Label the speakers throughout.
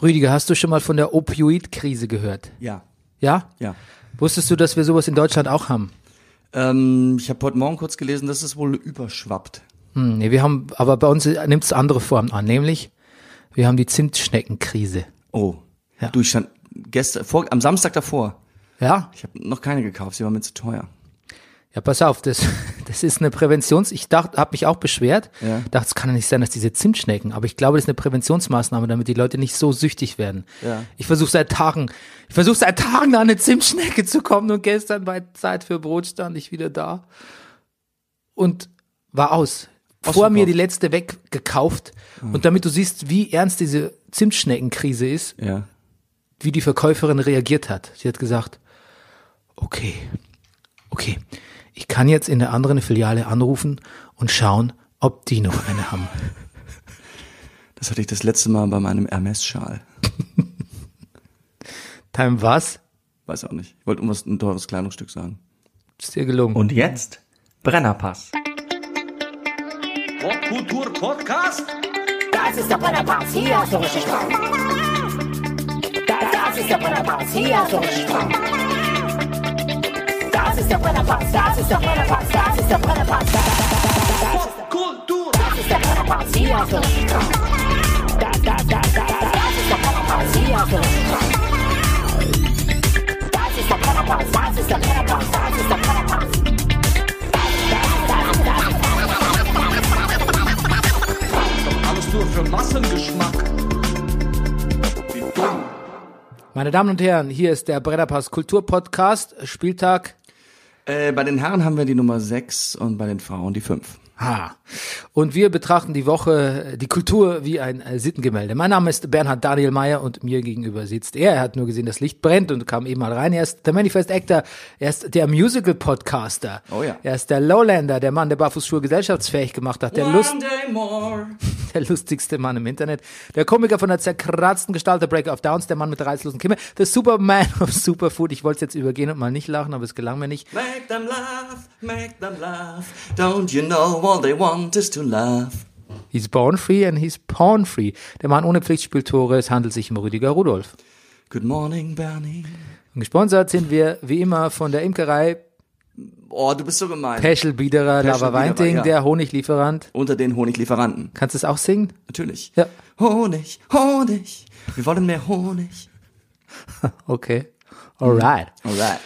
Speaker 1: Rüdiger, hast du schon mal von der Opioidkrise gehört?
Speaker 2: Ja,
Speaker 1: Ja?
Speaker 2: ja.
Speaker 1: Wusstest du, dass wir sowas in Deutschland auch haben?
Speaker 2: Ähm, ich habe heute Morgen kurz gelesen, dass es wohl überschwappt.
Speaker 1: Hm, nee, wir haben, aber bei uns nimmt es andere Formen an, nämlich wir haben die Zimtschneckenkrise.
Speaker 2: Oh,
Speaker 1: Ja.
Speaker 2: du, ich stand gestern, vor, am Samstag davor.
Speaker 1: Ja?
Speaker 2: Ich habe noch keine gekauft, sie war mir zu teuer.
Speaker 1: Ja, pass auf, das, das ist eine Präventions-, ich dachte, habe mich auch beschwert,
Speaker 2: Ja.
Speaker 1: dachte, es kann ja nicht sein, dass diese Zimtschnecken, aber ich glaube, das ist eine Präventionsmaßnahme, damit die Leute nicht so süchtig werden.
Speaker 2: Ja.
Speaker 1: Ich versuche seit Tagen, ich versuche seit Tagen an eine Zimtschnecke zu kommen und gestern bei Zeit für Brot stand ich wieder da und war aus. Vor
Speaker 2: Ausverkauft.
Speaker 1: mir die letzte weggekauft
Speaker 2: Hm.
Speaker 1: und damit du siehst, wie ernst diese Zimtschneckenkrise ist,
Speaker 2: Ja.
Speaker 1: wie die Verkäuferin reagiert hat. Sie hat gesagt, okay, okay, ich kann jetzt in der anderen Filiale anrufen und schauen, ob die noch eine haben.
Speaker 2: Das hatte ich das letzte Mal bei meinem Hermes-Schal.
Speaker 1: Time was?
Speaker 2: Weiß auch nicht. Ich wollte irgendwas ein teures Kleidungsstück sagen.
Speaker 1: Ist dir gelungen.
Speaker 3: Und jetzt Brennerpass.
Speaker 4: Popkultur Podcast?
Speaker 5: Das ist der Brennerpass, hier hast du richtig Spaß. Das, das ist der Brennerpass, hier hast du richtig Spaß. Das ist der Brennerpass, das ist der Brennerpass, das ist der Brennerpass.
Speaker 4: Popkultur!
Speaker 5: Das ist der Brennerpass, hier hast du richtig Spaß. Das, das, das, das, das ist der Brennerpaß, hier hast du richtig Spaß. Das ist der Brennerpass, das ist der Brennerpass, das ist der Brennerpass.
Speaker 4: Alles nur für Massengeschmack. Wie dumm.
Speaker 1: Meine Damen und Herren, hier ist der Brennerpass Kulturpodcast, Spieltag.
Speaker 2: Äh, bei den Herren haben wir die Nummer 6 und bei den Frauen die 5.
Speaker 1: Ha. Und wir betrachten die Woche, äh, die Kultur wie ein äh, Sittengemälde. Mein Name ist Bernhard Daniel Meyer und mir gegenüber sitzt er. Er hat nur gesehen, das Licht brennt und kam eben mal rein. Er ist der Manifest Actor, er ist der Musical Podcaster.
Speaker 2: Oh ja.
Speaker 1: Er ist der Lowlander, der Mann, der Barfußschuhe gesellschaftsfähig gemacht hat, der Lust,
Speaker 2: day more.
Speaker 1: der lustigste Mann im Internet, der Komiker von der zerkratzten Gestalt, der Breaker of Downs, der Mann mit der reizlosen Kimme, der Superman of Superfood. Ich wollte es jetzt übergehen und mal nicht lachen, aber es gelang mir nicht.
Speaker 2: Make them laugh, make them laugh. Don't you know all they want is to laugh?
Speaker 1: He's born free and he's pawn free. Der Mann ohne Pflichtspieltore, es handelt sich um Rüdiger Rudolf.
Speaker 2: Good morning, Bernie.
Speaker 1: Und gesponsert sind wir wie immer von der Imkerei
Speaker 2: Oh, du bist so gemein.
Speaker 1: Peschel Biederer
Speaker 2: Peschel
Speaker 1: Lava Weinting,
Speaker 2: Biederer, ja.
Speaker 1: der Honiglieferant.
Speaker 2: Unter den Honiglieferanten.
Speaker 1: Kannst du es auch singen?
Speaker 2: Natürlich.
Speaker 1: Ja.
Speaker 2: Honig, Honig. Wir wollen mehr Honig.
Speaker 1: Okay. Alright.
Speaker 2: Alright.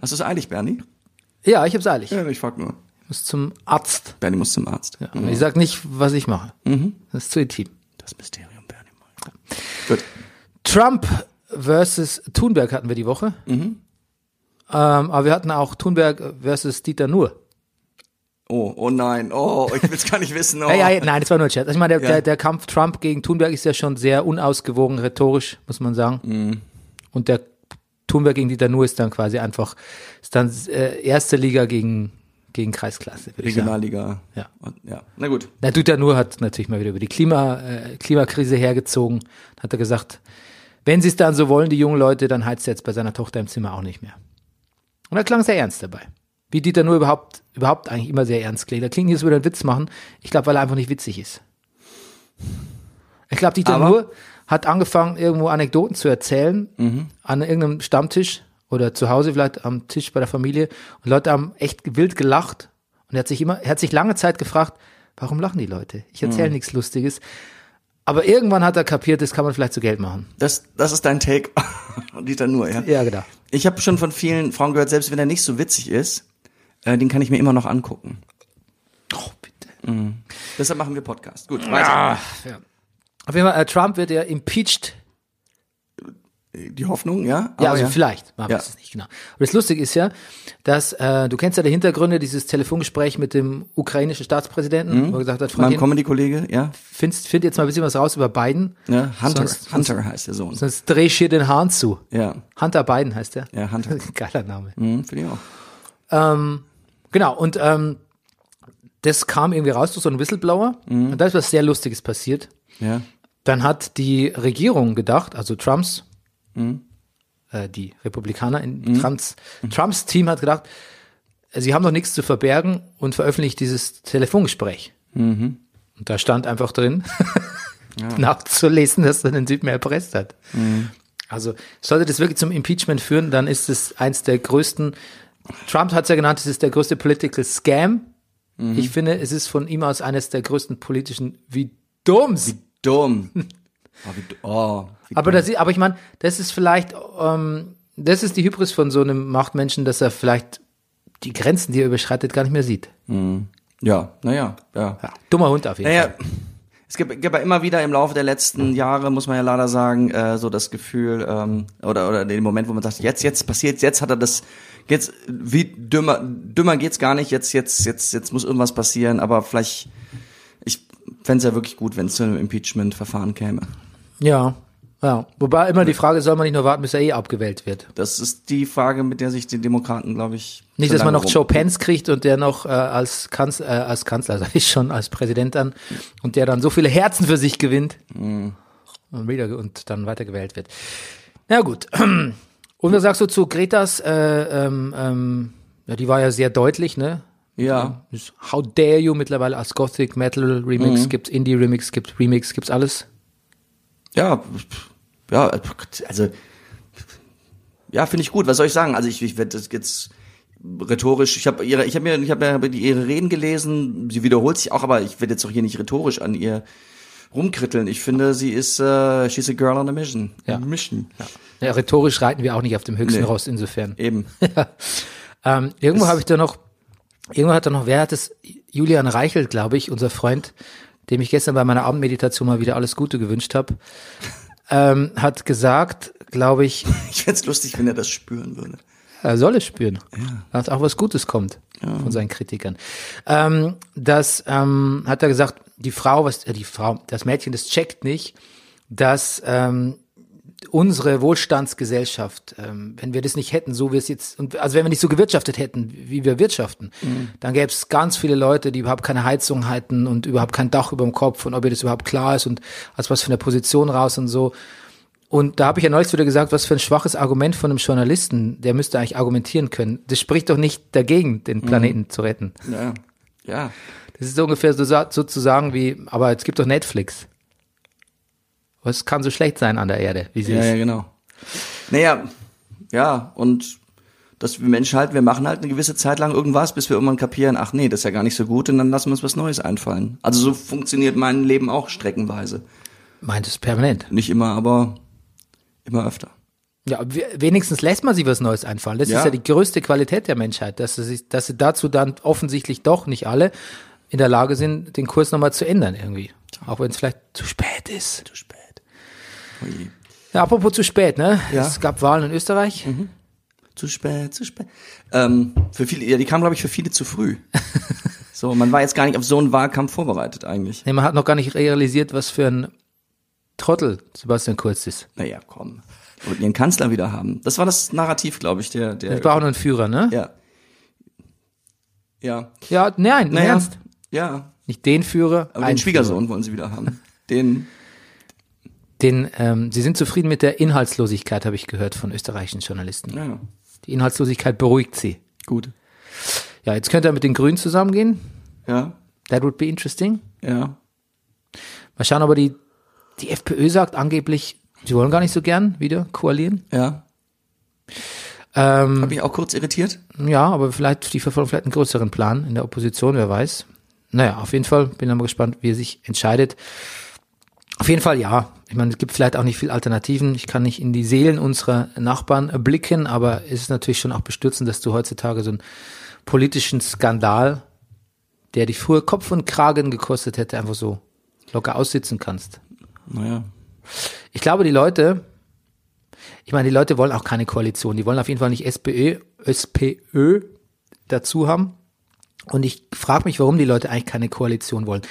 Speaker 2: Hast du es eilig, Bernie?
Speaker 1: Ja, ich hab's eilig.
Speaker 2: Ja, ich frag nur.
Speaker 1: Ich muss zum Arzt.
Speaker 2: Bernie muss zum Arzt.
Speaker 1: Ja, aber Ich sag nicht, was ich mache.
Speaker 2: Mhm.
Speaker 1: Das ist zu intim.
Speaker 2: Das Mysterium, Bernie. Meyer. Gut.
Speaker 1: Trump versus Thunberg hatten wir die Woche.
Speaker 2: Mhm.
Speaker 1: Ähm, aber wir hatten auch Thunberg versus Dieter Nuhr.
Speaker 2: Oh, oh nein. Oh, ich will's gar nicht wissen. Oh.
Speaker 1: Ja, ja, ja, nein, das war nur ein Scherz. Also Ich meine, der,
Speaker 2: Ja.
Speaker 1: der, der Kampf Trump gegen Thunberg ist ja schon sehr unausgewogen rhetorisch, muss man sagen.
Speaker 2: Mhm.
Speaker 1: Und der Thunberg gegen Dieter Nuhr ist dann quasi einfach, ist dann äh, erste Liga gegen, gegen Kreisklasse, würde ich sagen.
Speaker 2: Regionalliga.
Speaker 1: Ja.
Speaker 2: Und, ja. Na gut.
Speaker 1: Na, Dieter Nuhr hat natürlich mal wieder über die Klima, äh, Klimakrise hergezogen, Dann hat er gesagt, wenn sie es dann so wollen, die jungen Leute, dann heizt er jetzt bei seiner Tochter im Zimmer auch nicht mehr. Und da klang sehr ernst dabei. Wie Dieter Nuhr überhaupt, überhaupt eigentlich immer sehr ernst klingt. Da klingt jetzt würde er einen Witz machen. Ich glaube, weil er einfach nicht witzig ist. Ich glaube, Dieter
Speaker 2: Aber-
Speaker 1: Nuhr hat angefangen, irgendwo Anekdoten zu erzählen, an irgendeinem Stammtisch oder zu Hause vielleicht am Tisch bei der Familie. Und Leute haben echt wild gelacht. Und er hat sich immer, er hat sich lange Zeit gefragt, warum lachen die Leute? Ich erzähle nichts Lustiges. Aber irgendwann hat er kapiert, das kann man vielleicht zu Geld machen.
Speaker 2: Das, das ist dein Take. Dieter Nur, ja.
Speaker 1: Ja, genau.
Speaker 2: Ich habe schon von vielen Frauen gehört, selbst wenn er nicht so witzig ist, äh, den kann ich mir immer noch angucken.
Speaker 1: Oh, bitte.
Speaker 2: Deshalb machen wir Podcast. Gut, weiter.
Speaker 1: Ah. Auf jeden Fall, äh, Trump wird ja impeached
Speaker 2: Die Hoffnung, Oh, ja?
Speaker 1: Ja,
Speaker 2: Aber
Speaker 1: also vielleicht, man
Speaker 2: Ja.
Speaker 1: weiß es nicht genau. Und das Lustige ist ja, dass äh, du kennst ja die Hintergründe dieses Telefongespräch mit dem ukrainischen Staatspräsidenten, wo er gesagt hat,
Speaker 2: Mein
Speaker 1: Freundin,
Speaker 2: Comedy-Kollege, ja?
Speaker 1: find, find jetzt mal ein bisschen was raus über Biden,
Speaker 2: ja? Hunter.
Speaker 1: Sonst-
Speaker 2: Hunter heißt der Sohn.
Speaker 1: sonst dreh ich hier den Hahn zu.
Speaker 2: Ja.
Speaker 1: Hunter Biden heißt der.
Speaker 2: Ja, Hunter.
Speaker 1: Geiler Name.
Speaker 2: Mhm, Finde ich auch.
Speaker 1: Genau, und ähm, das kam irgendwie raus durch so einen Whistleblower.
Speaker 2: Mhm.
Speaker 1: Und da ist was sehr Lustiges passiert.
Speaker 2: Ja.
Speaker 1: Dann hat die Regierung gedacht, also Trumps, äh, die Republikaner in Trumps, Trumps Team hat gedacht, sie haben doch nichts zu verbergen und veröffentlicht dieses Telefongespräch. Und da stand einfach drin, nachzulesen, dass er den Typen erpresst hat. Also sollte das wirklich zum Impeachment führen, dann ist es eins der größten, Trump hat es ja genannt, es ist der größte Political Scam. Ich finde, es ist von ihm aus eines der größten politischen, wie dumm's.
Speaker 2: Dumm. Oh, wie, du- oh, wie
Speaker 1: Aber, das, aber ich meine, das ist vielleicht, ähm, das ist die Hybris von so einem Machtmenschen, dass er vielleicht die Grenzen, die er überschreitet, gar nicht mehr sieht.
Speaker 2: Ja, naja, ja.
Speaker 1: Dummer Hund auf jeden Fall.
Speaker 2: Naja, es gibt, gibt ja immer wieder im Laufe der letzten Jahre, muss man ja leider sagen, äh, so das Gefühl ähm, oder oder den Moment, wo man sagt, jetzt jetzt passiert, jetzt hat er das, jetzt wie dümmer dümmer geht's gar nicht, jetzt jetzt jetzt jetzt muss irgendwas passieren, aber vielleicht ich fänd's ja wirklich gut, wenn es zu einem Impeachment-Verfahren käme.
Speaker 1: Ja. ja. Wobei immer die Frage, soll man nicht nur warten, bis er eh abgewählt wird?
Speaker 2: Das ist die Frage, mit der sich die Demokraten, glaube ich,
Speaker 1: Nicht,
Speaker 2: schon
Speaker 1: dass man
Speaker 2: lange
Speaker 1: noch Joe Pence kriegt und der noch äh, als, Kanz äh, als Kanzler, sag ich schon, als Präsident dann und der dann so viele Herzen für sich gewinnt
Speaker 2: Mhm.
Speaker 1: und, wieder, und dann weitergewählt wird. Na gut. Und was sagst du zu Gretas? Äh, ähm, ähm, ja, die war ja sehr deutlich, ne?
Speaker 2: Ja,
Speaker 1: Das How Dare You mittlerweile als Gothic Metal Remix gibt's Indie Remix gibt's Remix gibt's alles.
Speaker 2: ja, pf, ja, pf, also, ja, finde ich gut. Was soll ich sagen? Also ich, ich werde das jetzt rhetorisch. Ich habe ihre, ich habe mir, ich habe hab ihre Reden gelesen. Sie wiederholt sich auch, aber ich werde jetzt auch hier nicht rhetorisch an ihr rumkritteln. Ich finde, sie ist, äh, she's a girl on a mission.
Speaker 1: Ja.
Speaker 2: Mission. Ja.
Speaker 1: Ja, rhetorisch reiten wir auch nicht auf dem höchsten
Speaker 2: Nee.
Speaker 1: Ross insofern.
Speaker 2: Eben.
Speaker 1: Ähm, irgendwo habe ich da noch, irgendwo hat da noch, wer hat es? Julian Reichelt, glaube ich, unser Freund, dem ich gestern bei meiner Abendmeditation mal wieder alles Gute gewünscht habe, ähm, hat gesagt, glaube ich,
Speaker 2: Ich fände es lustig, wenn er das spüren würde.
Speaker 1: er äh, soll es spüren, dass auch was Gutes kommt von seinen Kritikern. Ähm, das ähm, hat er gesagt, die Frau, was äh, die Frau, das Mädchen, das checkt nicht, dass ähm, unsere Wohlstandsgesellschaft, ähm, wenn wir das nicht hätten, so wie es jetzt, und, also wenn wir nicht so gewirtschaftet hätten, wie wir wirtschaften, dann gäbe es ganz viele Leute, die überhaupt keine Heizung hätten und überhaupt kein Dach über dem Kopf und ob ihr das überhaupt klar ist und aus was für einer Position raus und so. Und da habe ich ja neulich wieder gesagt, was für ein schwaches Argument von einem Journalisten, der müsste eigentlich argumentieren können. Das spricht doch nicht dagegen,
Speaker 2: Mhm.
Speaker 1: den Planeten zu retten.
Speaker 2: Ja. Ja.
Speaker 1: Das ist so ungefähr so, sa- so zu sagen wie, aber es gibt doch Netflix. Was kann so schlecht sein an der Erde, wie sie
Speaker 2: Ja,
Speaker 1: ist?
Speaker 2: ja, genau. Naja, ja, und dass wir Menschen halt, wir machen halt eine gewisse Zeit lang irgendwas, bis wir irgendwann kapieren, ach nee, das ist ja gar nicht so gut und dann lassen wir uns was Neues einfallen. Also so funktioniert mein Leben auch streckenweise.
Speaker 1: Meint es permanent.
Speaker 2: Nicht immer, aber immer öfter.
Speaker 1: Ja, we- wenigstens lässt man sich was Neues einfallen. Das
Speaker 2: Ja.
Speaker 1: ist ja die größte Qualität der Menschheit, dass sie, sich- dass sie dazu dann offensichtlich doch nicht alle in der Lage sind, den Kurs nochmal zu ändern irgendwie. Auch wenn es vielleicht zu spät ist. Zu spät.
Speaker 2: Ui.
Speaker 1: Ja, apropos zu spät, ne?
Speaker 2: Ja. Mhm.
Speaker 1: Es gab Wahlen in Österreich.
Speaker 2: Zu spät, zu spät. Ähm, für viele, ja, die kam, glaube ich, für viele zu früh. so, man war jetzt gar nicht auf so einen Wahlkampf vorbereitet eigentlich.
Speaker 1: Nee, man hat noch gar nicht realisiert, was für ein Trottel Sebastian Kurz ist.
Speaker 2: Naja, komm. Wir Wollten ihren Kanzler wieder haben. Das war das Narrativ, glaube ich, der, der.
Speaker 1: Das war auch nur ein Führer, ne?
Speaker 2: Ja. Ja.
Speaker 1: Ja, nein, im
Speaker 2: Naja,
Speaker 1: Ernst.
Speaker 2: Ja,
Speaker 1: Nicht den Führer,
Speaker 2: Aber
Speaker 1: einen
Speaker 2: den Schwiegersohn wollen sie wieder haben. Den,
Speaker 1: Führer. Den, ähm, Sie sind zufrieden mit der Inhaltslosigkeit, habe ich gehört von österreichischen Journalisten.
Speaker 2: ja,
Speaker 1: Die Inhaltslosigkeit beruhigt sie.
Speaker 2: gut.
Speaker 1: Ja, jetzt könnte er mit den Grünen zusammengehen.
Speaker 2: Ja,
Speaker 1: That would be interesting.
Speaker 2: ja.
Speaker 1: Mal schauen, aber die, die FPÖ sagt angeblich, sie wollen gar nicht so gern wieder koalieren.
Speaker 2: Ja,
Speaker 1: Ähm,
Speaker 2: hab mich auch kurz irritiert.
Speaker 1: ja, aber vielleicht, die verfolgen vielleicht einen größeren Plan in der Opposition, wer weiß. Naja, auf jeden Fall bin ich mal gespannt, wie er sich entscheidet. Auf jeden Fall ja. Ich meine, es gibt vielleicht auch nicht viel Alternativen. Ich kann nicht in die Seelen unserer Nachbarn blicken, aber es ist natürlich schon auch bestürzend, dass du heutzutage so einen politischen Skandal, der dich früher Kopf und Kragen gekostet hätte, einfach so locker aussitzen kannst.
Speaker 2: Naja.
Speaker 1: Ich glaube, die Leute, ich meine, die Leute wollen auch keine Koalition. Die wollen auf jeden Fall nicht SPÖ, SPÖ dazu haben. Und ich frage mich, warum die Leute eigentlich keine Koalition wollen.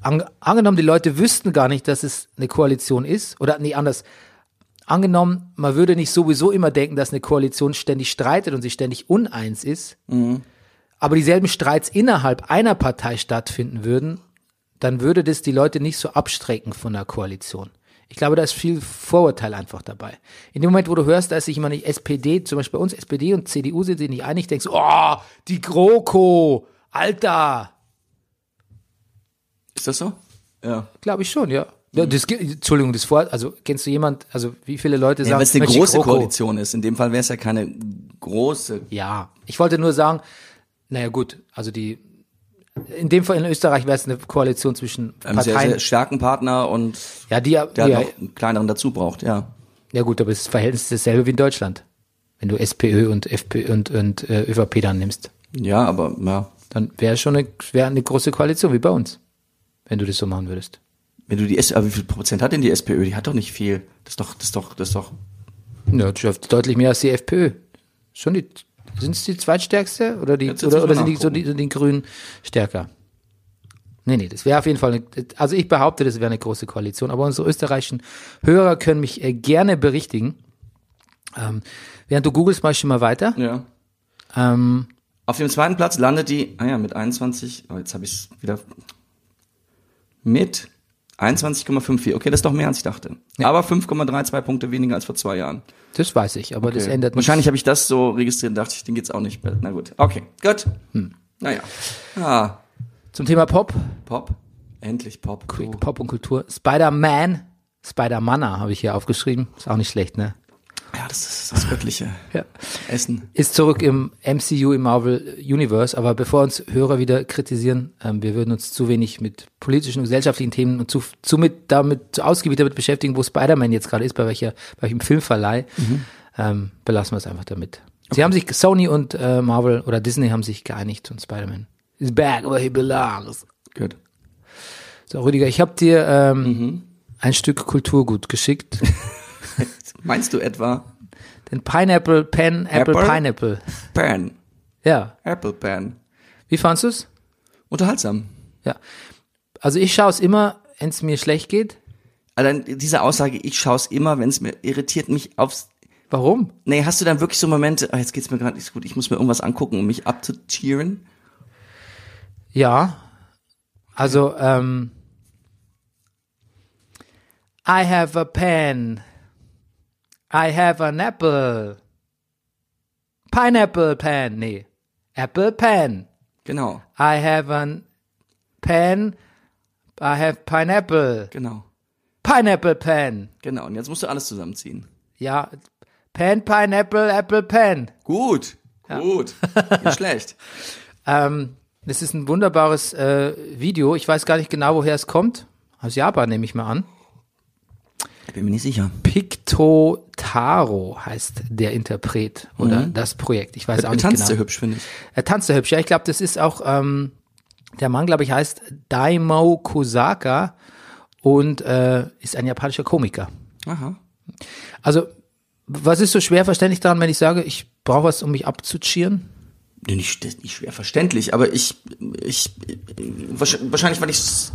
Speaker 1: An, angenommen, die Leute wüssten gar nicht, dass es eine Koalition ist. Oder nee, anders. Angenommen, man würde nicht sowieso immer denken, dass eine Koalition ständig streitet und sie ständig uneins ist. Aber dieselben Streits innerhalb einer Partei stattfinden würden, dann würde das die Leute nicht so abstrecken von der Koalition. Ich glaube, da ist viel Vorurteil einfach dabei. In dem Moment, wo du hörst, dass sich immer nicht SPD, zum Beispiel bei uns SPD und CDU sind sich nicht einig, denkst du, oh, die GroKo, Alter.
Speaker 2: Ist das so? Ja.
Speaker 1: Glaube ich schon, ja. Ja, das, gibt- Entschuldigung, das vor, also kennst du jemand, also wie viele Leute
Speaker 2: Ja,
Speaker 1: sagen,
Speaker 2: Wenn es eine
Speaker 1: Mensch, die
Speaker 2: große
Speaker 1: GroKo.
Speaker 2: Koalition ist, in dem Fall wäre es ja keine große. ähm,
Speaker 1: Ja, ich wollte nur sagen, naja gut, also die, in dem Fall in Österreich wäre es eine Koalition zwischen
Speaker 2: Einem sehr,
Speaker 1: Parteien.
Speaker 2: sehr starken Partner und
Speaker 1: ja, die,
Speaker 2: der
Speaker 1: ja,
Speaker 2: noch einen kleineren dazu braucht, ja.
Speaker 1: ja gut, aber das Verhältnis ist dasselbe wie in Deutschland. Wenn du SPÖ und FPÖ und, und äh, ÖVP dann nimmst,
Speaker 2: Ja, aber ja.
Speaker 1: dann wäre schon eine, wär eine große Koalition wie bei uns, wenn du das so machen würdest.
Speaker 2: Wenn du die S aber wie viel Prozent hat denn die SPÖ? Die hat doch nicht viel. Das ist doch, das ist doch, das ist doch.
Speaker 1: Ja, das schafft deutlich mehr als die FPÖ. Schon die, sind es die zweitstärkste oder die,
Speaker 2: Jetzt müssen
Speaker 1: oder,
Speaker 2: wir
Speaker 1: oder sind die, so
Speaker 2: nachgucken.
Speaker 1: die, so die Grünen stärker? Nee, nee, das wäre auf jeden Fall, eine, also ich behaupte, das wäre eine große Koalition, aber unsere österreichischen Hörer können mich äh, gerne berichtigen. Ähm, während du googelst, mach ich schon mal weiter.
Speaker 2: Ja.
Speaker 1: Ähm,
Speaker 2: Auf dem zweiten Platz landet die, ah ja, mit 21, oh, jetzt habe ich es wieder. Mit 21,54. Okay, das ist doch mehr als ich dachte. Aber 5,32 Punkte weniger als vor zwei Jahren.
Speaker 1: das weiß ich, aber das
Speaker 2: Okay.
Speaker 1: ändert nichts.
Speaker 2: Wahrscheinlich habe ich das so registriert und dachte ich, den geht's auch nicht. Na gut. Okay, gut.
Speaker 1: Hm.
Speaker 2: Naja. Ah,
Speaker 1: Zum Thema Pop,
Speaker 2: Pop. Endlich Pop.
Speaker 1: Quick Pop und Kultur. Spider-Man, Spider-Manner habe ich hier aufgeschrieben. Ist auch nicht schlecht, ne?
Speaker 2: Ja, das ist das göttliche
Speaker 1: Ja.
Speaker 2: Essen.
Speaker 1: ist zurück im MCU, im Marvel Universe. Aber bevor uns Hörer wieder kritisieren, ähm, wir würden uns zu wenig mit politischen und gesellschaftlichen Themen und zu, zu mit, damit, zu ausgiebig damit beschäftigen, wo Spider-Man jetzt gerade ist, bei welcher, bei welchem Filmverleih. Ähm, belassen wir es einfach damit. Sie haben sich, Sony und äh, Marvel oder Disney haben sich geeinigt und Spider-Man is back where he belongs.
Speaker 2: Gut.
Speaker 1: So, Rüdiger, ich habe dir ähm, ein Stück Kulturgut geschickt.
Speaker 2: Meinst du etwa
Speaker 1: Den Pineapple, Pen, Apple,
Speaker 2: Apple?
Speaker 1: Pineapple.
Speaker 2: Pan?
Speaker 1: Ja.
Speaker 2: Apple Pan.
Speaker 1: Wie fandst du's?
Speaker 2: Unterhaltsam.
Speaker 1: Ja. Also ich schaue es immer, wenn es mir schlecht geht.
Speaker 2: Allein Also diese Aussage, ich schaue es immer, wenn es mir irritiert mich aufs.
Speaker 1: Warum?
Speaker 2: Nee, hast du dann wirklich so Momente, ah, jetzt geht's mir gerade nicht so gut, ich muss mir irgendwas angucken, um mich abzucheeren?
Speaker 1: Ja. Also, ähm, I have a pen. I have an apple. Pineapple pen. Nee. Apple pen.
Speaker 2: Genau,
Speaker 1: I have an pen. I have pineapple.
Speaker 2: genau,
Speaker 1: Pineapple pen.
Speaker 2: genau. Und jetzt musst du alles zusammenziehen.
Speaker 1: Ja. Pen, pineapple, apple pen.
Speaker 2: Gut, gut. Nicht schlecht.
Speaker 1: Ähm, das ist ein wunderbares äh, Video. Ich weiß gar nicht genau, woher es kommt. Aus Japan nehme ich mal an.
Speaker 2: Ich bin mir nicht sicher.
Speaker 1: Pictotaro heißt der Interpret oder das Projekt. Ich weiß auch
Speaker 2: Mhm. Er
Speaker 1: nicht
Speaker 2: tanzt sehr
Speaker 1: genau.
Speaker 2: hübsch, finde ich.
Speaker 1: Er tanzt sehr hübsch. Ja, ich glaube, das ist auch ähm, der Mann, glaube ich, heißt Daimo Kosaka und äh, ist ein japanischer Komiker.
Speaker 2: Aha.
Speaker 1: Also, was ist so schwer verständlich daran, wenn ich sage, ich brauche was, um mich abzucheeren?
Speaker 2: Nee, nicht, das ist nicht schwer verständlich, aber ich, ich, wahrscheinlich, wahrscheinlich, weil ich,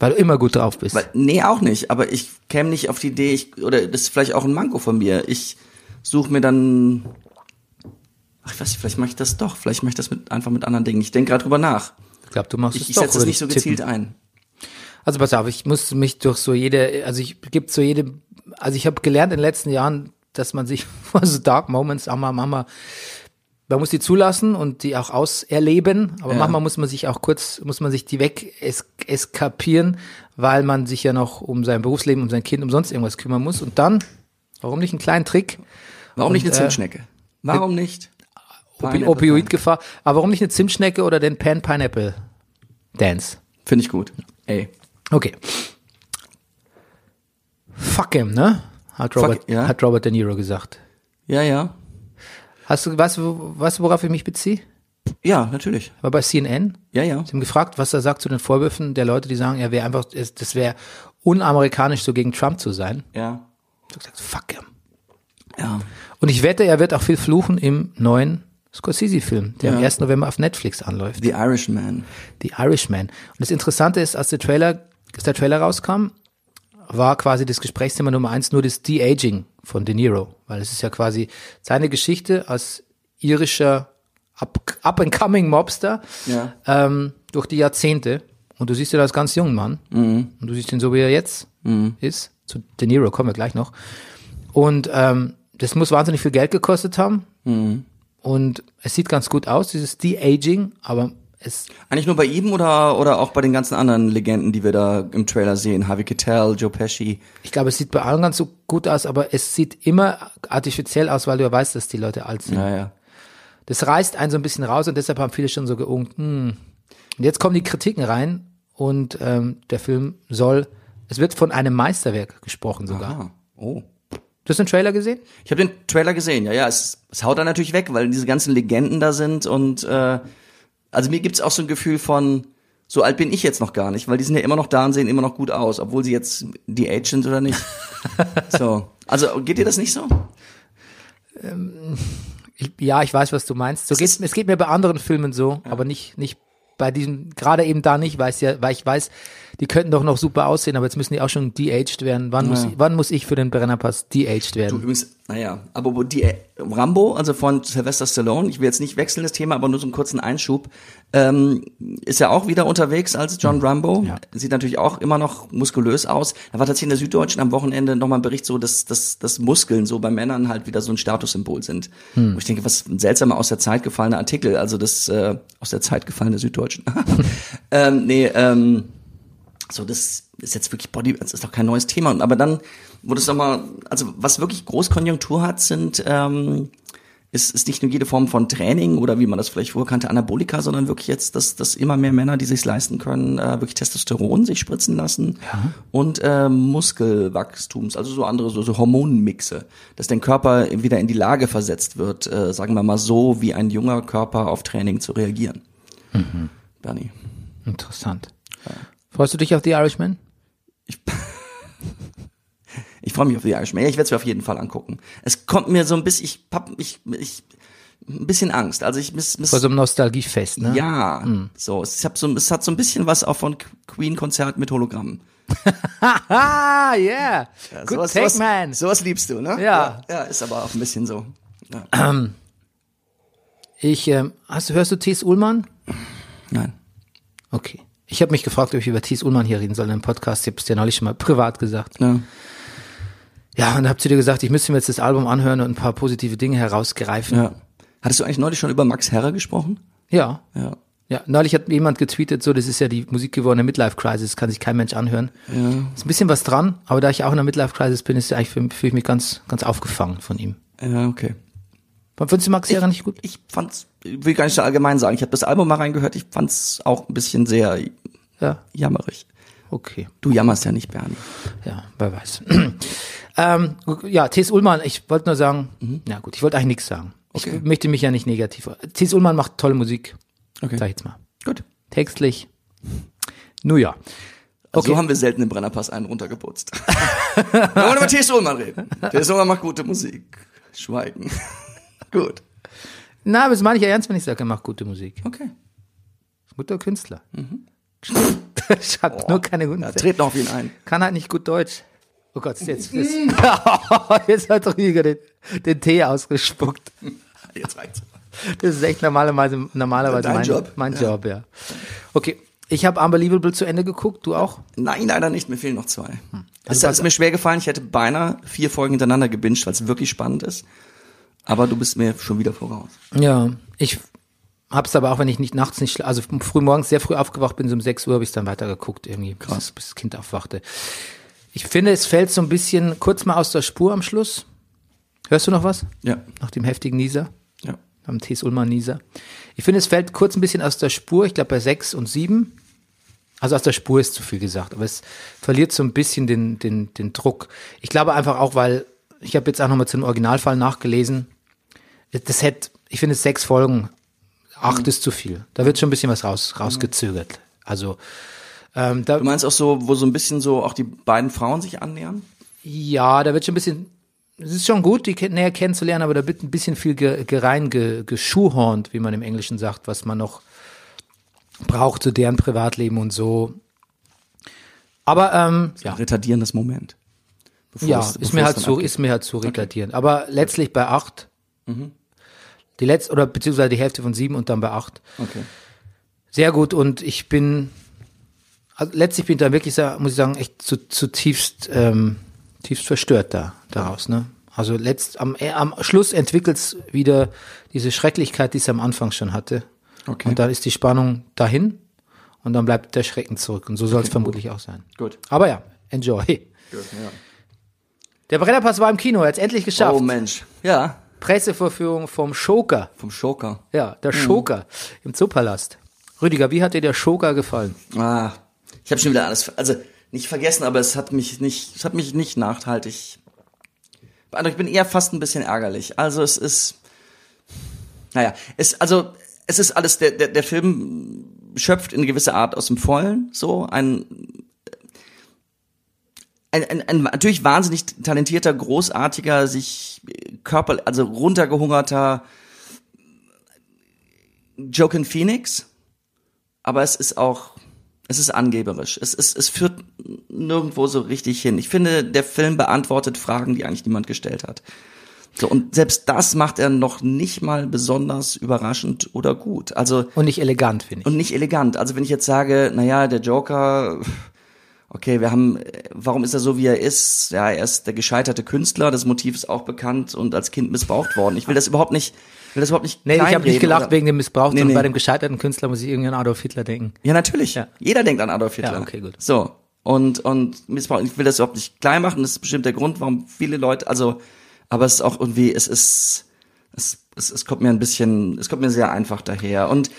Speaker 1: Weil du immer gut drauf bist.
Speaker 2: weil, nee, auch nicht, aber ich käme nicht auf die Idee, ich, oder das ist vielleicht auch ein Manko von mir. Ich suche mir dann, ach, ich weiß nicht, vielleicht mache ich das doch, vielleicht mache ich das mit, einfach mit anderen Dingen. Ich denke gerade drüber nach.
Speaker 1: ich glaube, du machst
Speaker 2: Ich,
Speaker 1: es
Speaker 2: ich
Speaker 1: doch.
Speaker 2: setze es
Speaker 1: würde
Speaker 2: nicht so
Speaker 1: tippen.
Speaker 2: gezielt ein.
Speaker 1: Also pass auf, ich musste mich durch so jede, also ich gibt so jede, also ich habe gelernt in den letzten Jahren, dass man sich vor so Dark Moments auch mal, Mama, man muss die zulassen und die auch auserleben, aber manchmal muss man sich auch kurz, muss man sich die weg es, eskapieren, weil man sich ja noch um sein Berufsleben, um sein Kind, um sonst irgendwas kümmern muss. Und dann, warum nicht einen kleinen Trick?
Speaker 2: Warum nicht eine
Speaker 1: äh,
Speaker 2: Zimtschnecke? Warum nicht?
Speaker 1: Opi
Speaker 2: Pineapple
Speaker 1: Opioidgefahr, aber warum nicht eine Zimtschnecke oder den Pan Pineapple Dance?
Speaker 2: Pie. Finde ich gut. Ey.
Speaker 1: Okay. Fuck him, ne? Hat
Speaker 2: Fuck,
Speaker 1: Robert,
Speaker 2: ja.
Speaker 1: hat Robert De Niro gesagt.
Speaker 2: Ja, ja.
Speaker 1: Hast du, weißt du, weißt du, worauf ich mich beziehe?
Speaker 2: Ja, natürlich.
Speaker 1: War bei CNN?
Speaker 2: Ja, ja.
Speaker 1: Sie haben gefragt, was er sagt zu den Vorwürfen der Leute, die sagen, er wäre einfach, es- das wäre unamerikanisch, so gegen Trump zu sein.
Speaker 2: Ja.
Speaker 1: Er hat gesagt, fuck him.
Speaker 2: Ja.
Speaker 1: Und ich wette, er wird auch viel fluchen im neuen Scorsese-Film, der am 1. November auf Netflix anläuft.
Speaker 2: The Irishman.
Speaker 1: The Irishman. Und das Interessante ist, als der Trailer, als der Trailer rauskam, war quasi das Gesprächsthema Nummer eins nur das De-Aging von De Niro. Weil es ist ja quasi seine Geschichte als irischer Up- Up-and-Coming-Mobster
Speaker 2: Ja.
Speaker 1: ähm, durch die Jahrzehnte. Und du siehst ihn als ganz jungen Mann. Und du siehst ihn so, wie er jetzt ist. Zu De Niro kommen wir gleich noch. Und ähm, das muss wahnsinnig viel Geld gekostet haben. Und es sieht ganz gut aus, dieses De-Aging, aber Es,
Speaker 2: Eigentlich nur bei ihm oder, oder auch bei den ganzen anderen Legenden, die wir da im Trailer sehen? Harvey Keitel, Joe Pesci.
Speaker 1: ich glaube, es sieht bei allen ganz so gut aus, aber es sieht immer artifiziell aus, weil du ja weißt, dass die Leute alt sind.
Speaker 2: Naja.
Speaker 1: Das reißt einen so ein bisschen raus und deshalb haben viele schon so geunkt. Hm. Und jetzt kommen die Kritiken rein und ähm, der Film soll, es wird von einem Meisterwerk gesprochen sogar.
Speaker 2: Ah, oh.
Speaker 1: Du hast den Trailer gesehen?
Speaker 2: Ich habe den Trailer gesehen. Ja, ja, es, es haut da natürlich weg, weil diese ganzen Legenden da sind und äh, also mir gibt's auch so ein Gefühl von so alt bin ich jetzt noch gar nicht, weil die sind ja immer noch da und sehen immer noch gut aus, obwohl sie jetzt die Age sind oder nicht. so, also geht dir das nicht so?
Speaker 1: Ich, ja, ich weiß, was du meinst. So geht,
Speaker 2: ist-
Speaker 1: es geht mir bei anderen Filmen so, aber nicht, nicht bei diesem, gerade eben da nicht, weil, es ja, weil ich weiß, die könnten doch noch super aussehen, aber jetzt müssen die auch schon de-aged werden. Wann, muss, ich, wann muss ich für den Brennerpass de-aged
Speaker 2: Du
Speaker 1: werden?
Speaker 2: übrigens, naja, aber wo die äh, Rambo, also von Sylvester Stallone, ich will jetzt nicht wechseln das Thema, aber nur so einen kurzen Einschub, ähm, ist ja auch wieder unterwegs als John Rambo.
Speaker 1: Mhm. Ja.
Speaker 2: Sieht natürlich auch immer noch muskulös aus. Da war tatsächlich in der Süddeutschen am Wochenende nochmal ein Bericht so, dass, dass, dass Muskeln so bei Männern halt wieder so ein Statussymbol sind.
Speaker 1: Hm.
Speaker 2: Wo ich denke, was ein seltsamer aus der Zeit gefallener Artikel, also das äh, aus der Zeit gefallene Süddeutschen. ähm, nee, ähm, so, das ist jetzt wirklich Body, das ist doch kein neues Thema. Und Aber dann wurde es nochmal, also was wirklich Großkonjunktur hat, sind, ähm, ist, ist nicht nur jede Form von Training oder wie man das vielleicht vorher kannte, Anabolika, sondern wirklich jetzt, dass, dass immer mehr Männer, die sich's leisten können, äh, wirklich Testosteron sich spritzen lassen und äh, Muskelwachstums, also so andere, so, so Hormonmixe, dass dein Körper wieder in die Lage versetzt wird, äh, sagen wir mal so, wie ein junger Körper auf Training zu reagieren. Bernie.
Speaker 1: Interessant. Freust du dich auf The Irishman?
Speaker 2: Ich freue mich auf die Irishman. Ja, Ich werde es mir auf jeden Fall angucken. Es kommt mir so ein bisschen, ich hab, ich, ich, ein bisschen Angst. Also ich miss, miss,
Speaker 1: Vor so einem Nostalgiefest, ne?
Speaker 2: ja, Hm. so. Es, hab so, es hat so ein bisschen was auch von Queen Konzert mit Hologramm.
Speaker 1: Ah, yeah. Good
Speaker 2: sowas,
Speaker 1: take,
Speaker 2: sowas,
Speaker 1: man.
Speaker 2: Sowas liebst du, ne?
Speaker 1: Ja.
Speaker 2: ja. Ja, ist aber auch ein bisschen so. Ja.
Speaker 1: Ich, ähm, hast, hörst du Thies Ullmann?
Speaker 2: Nein.
Speaker 1: Okay. Ich habe mich gefragt, ob ich über Thies Ullmann hier reden soll im Podcast. Ich habe es dir neulich schon mal privat gesagt.
Speaker 2: Ja.
Speaker 1: Ja, und hab zu dir gesagt, ich müsste mir jetzt das Album anhören und ein paar positive Dinge herausgreifen.
Speaker 2: ja. Hattest du eigentlich neulich schon über Max Herrer gesprochen?
Speaker 1: Ja. ja.
Speaker 2: Ja.
Speaker 1: neulich hat jemand getweetet, so, das ist ja die Musik gewordene Midlife-Crisis, kann sich kein Mensch anhören. Ja. Ist ein bisschen was dran, aber da ich auch in der Midlife-Crisis bin, ist eigentlich für, fühle ich mich ganz, ganz aufgefangen von ihm.
Speaker 2: Ja, okay.
Speaker 1: Findest du Max Herrer nicht gut?
Speaker 2: Ich fand's, ich will gar nicht so allgemein sagen. Ich habe das Album mal reingehört. Ich fand's auch ein bisschen sehr
Speaker 1: Ja,
Speaker 2: jammerig.
Speaker 1: okay.
Speaker 2: Du jammerst ja nicht, Bernie.
Speaker 1: Ja, wer weiß. ähm, ja, Thies Ullmann, ich wollte nur sagen, na gut, ich wollte eigentlich nichts sagen.
Speaker 2: Mhm. Okay.
Speaker 1: Ich möchte mich ja nicht negativ. Thies Ullmann macht tolle Musik,
Speaker 2: Okay.
Speaker 1: sag ich jetzt mal.
Speaker 2: Gut.
Speaker 1: Textlich. Nun ja.
Speaker 2: Also So haben wir selten im Brennerpass einen runtergeputzt. Wollen wir über T.S. Ullmann reden? T.S. Ullmann macht gute Musik. Schweigen. Gut.
Speaker 1: Na, aber das meine ich ja ernst, wenn ich sage, er macht gute Musik.
Speaker 2: Okay.
Speaker 1: Ist ein guter Künstler. Schreibt nur keine guten
Speaker 2: Mhm. Ja,
Speaker 1: Texte.
Speaker 2: tret noch auf ihn ein.
Speaker 1: Kann halt nicht gut Deutsch. Oh Gott, jetzt, jetzt, jetzt hat Rüdiger den, den Tee ausgespuckt.
Speaker 2: Jetzt reicht's.
Speaker 1: Das ist echt normalerweise, normalerweise
Speaker 2: Dein
Speaker 1: mein
Speaker 2: Job.
Speaker 1: Mein Job, ja. Okay, ich habe Unbelievable zu Ende geguckt, du auch?
Speaker 2: Nein, leider nicht. Mir fehlen noch zwei.
Speaker 1: Hm.
Speaker 2: Also, es ist mir schwer gefallen. Ich hätte beinahe vier Folgen hintereinander gebinged, weil es wirklich spannend ist. Aber du bist mir schon wieder voraus.
Speaker 1: Ja, ich hab's aber auch, wenn ich nicht nachts nicht schla- also früh morgens sehr früh aufgewacht bin, so um 6 Uhr habe ich dann weitergeguckt irgendwie, bis, bis das Kind aufwachte. Ich finde, es fällt so ein bisschen kurz mal aus der Spur am Schluss. Hörst du noch was?
Speaker 2: Ja.
Speaker 1: Nach dem heftigen Nieser,
Speaker 2: Ja.
Speaker 1: am T.S. Ullmann Nieser. Ich finde, es fällt kurz ein bisschen aus der Spur, ich glaube bei 6 und 7. Also aus der Spur ist zu viel gesagt, aber es verliert so ein bisschen den, den, den Druck. Ich glaube einfach auch, weil ich habe jetzt auch nochmal zum Originalfall nachgelesen. Das hätte, ich finde, sechs Folgen, acht
Speaker 2: Mhm.
Speaker 1: ist zu viel. Da wird schon ein bisschen was raus, rausgezögert. Also, ähm, da,
Speaker 2: Du meinst auch so, wo so ein bisschen so auch die beiden Frauen sich annähern?
Speaker 1: ja, da wird schon ein bisschen, es ist schon gut, die ke- näher kennenzulernen, aber da wird ein bisschen viel ge, gerein ge, geschuhhornt, wie man im Englischen sagt, was man noch braucht zu deren Privatleben und so. Aber, ähm, ja.
Speaker 2: Retardierendes Moment. Bevor
Speaker 1: Ja,
Speaker 2: es-
Speaker 1: ist
Speaker 2: bevor
Speaker 1: mir,
Speaker 2: es
Speaker 1: halt
Speaker 2: dann
Speaker 1: zu,
Speaker 2: abgeht.
Speaker 1: ist mir halt zu retardieren. Aber letztlich bei acht
Speaker 2: Mhm.
Speaker 1: Die letzte, oder beziehungsweise die Hälfte von sieben und dann bei acht
Speaker 2: Okay.
Speaker 1: Sehr gut und ich bin, also letztlich bin ich da wirklich, sehr- muss ich sagen, echt zu, zutiefst ähm, tiefst verstört da, daraus. Ne? Also letzt, am, am Schluss entwickelt's wieder diese Schrecklichkeit, die es am Anfang schon hatte.
Speaker 2: Okay.
Speaker 1: Und dann ist die Spannung dahin und dann bleibt der Schrecken zurück. Und so soll es vermutlich auch sein.
Speaker 2: Gut.
Speaker 1: Aber ja, enjoy. Der Brennerpass war im Kino, jetzt endlich geschafft.
Speaker 2: Oh Mensch. Ja.
Speaker 1: Pressevorführung vom Schoker.
Speaker 2: Vom Schoker.
Speaker 1: Ja, der
Speaker 2: Hm.
Speaker 1: Schoker im Zoopalast. Rüdiger, wie hat dir der Schoker gefallen?
Speaker 2: Ah, ich habe schon wieder alles, ver- also nicht vergessen, aber es hat mich nicht, es hat mich nicht nachhaltig. beeindruckt. Ich bin eher fast ein bisschen ärgerlich. Also es ist, naja, es also es ist alles der der, der Film schöpft in gewisser Art aus dem Vollen so ein ein, ein, ein natürlich wahnsinnig talentierter, großartiger, sich äh, körper also runtergehungerter Joaquin Phoenix, aber es ist auch, es ist angeberisch. Es, es, es führt nirgendwo so richtig hin. Ich finde, der Film beantwortet Fragen, die eigentlich niemand gestellt hat. So, und selbst das macht er noch nicht mal besonders überraschend oder gut. Also,
Speaker 1: Und nicht elegant, finde ich.
Speaker 2: und nicht elegant. Also wenn ich jetzt sage, naja, der Joker, okay, wir haben, äh, warum ist er so, wie er ist? Ja, er ist der gescheiterte Künstler, das Motiv ist auch bekannt und als Kind missbraucht worden. Ich will das überhaupt nicht, will das überhaupt nicht
Speaker 1: Nee, ich habe
Speaker 2: kleinreden
Speaker 1: nicht gelacht
Speaker 2: oder-
Speaker 1: wegen dem Missbrauch,
Speaker 2: Nee,
Speaker 1: sondern
Speaker 2: nee.
Speaker 1: bei dem gescheiterten Künstler muss ich irgendwie an Adolf Hitler denken.
Speaker 2: Ja, natürlich.
Speaker 1: Ja.
Speaker 2: Jeder denkt an Adolf Hitler.
Speaker 1: Ja, okay, gut.
Speaker 2: So. Und, und Missbrauch, ich will das überhaupt nicht klein machen, das ist bestimmt der Grund, warum viele Leute, also, aber es ist auch irgendwie, es ist, es, es, es kommt mir ein bisschen, es kommt mir sehr einfach daher. Und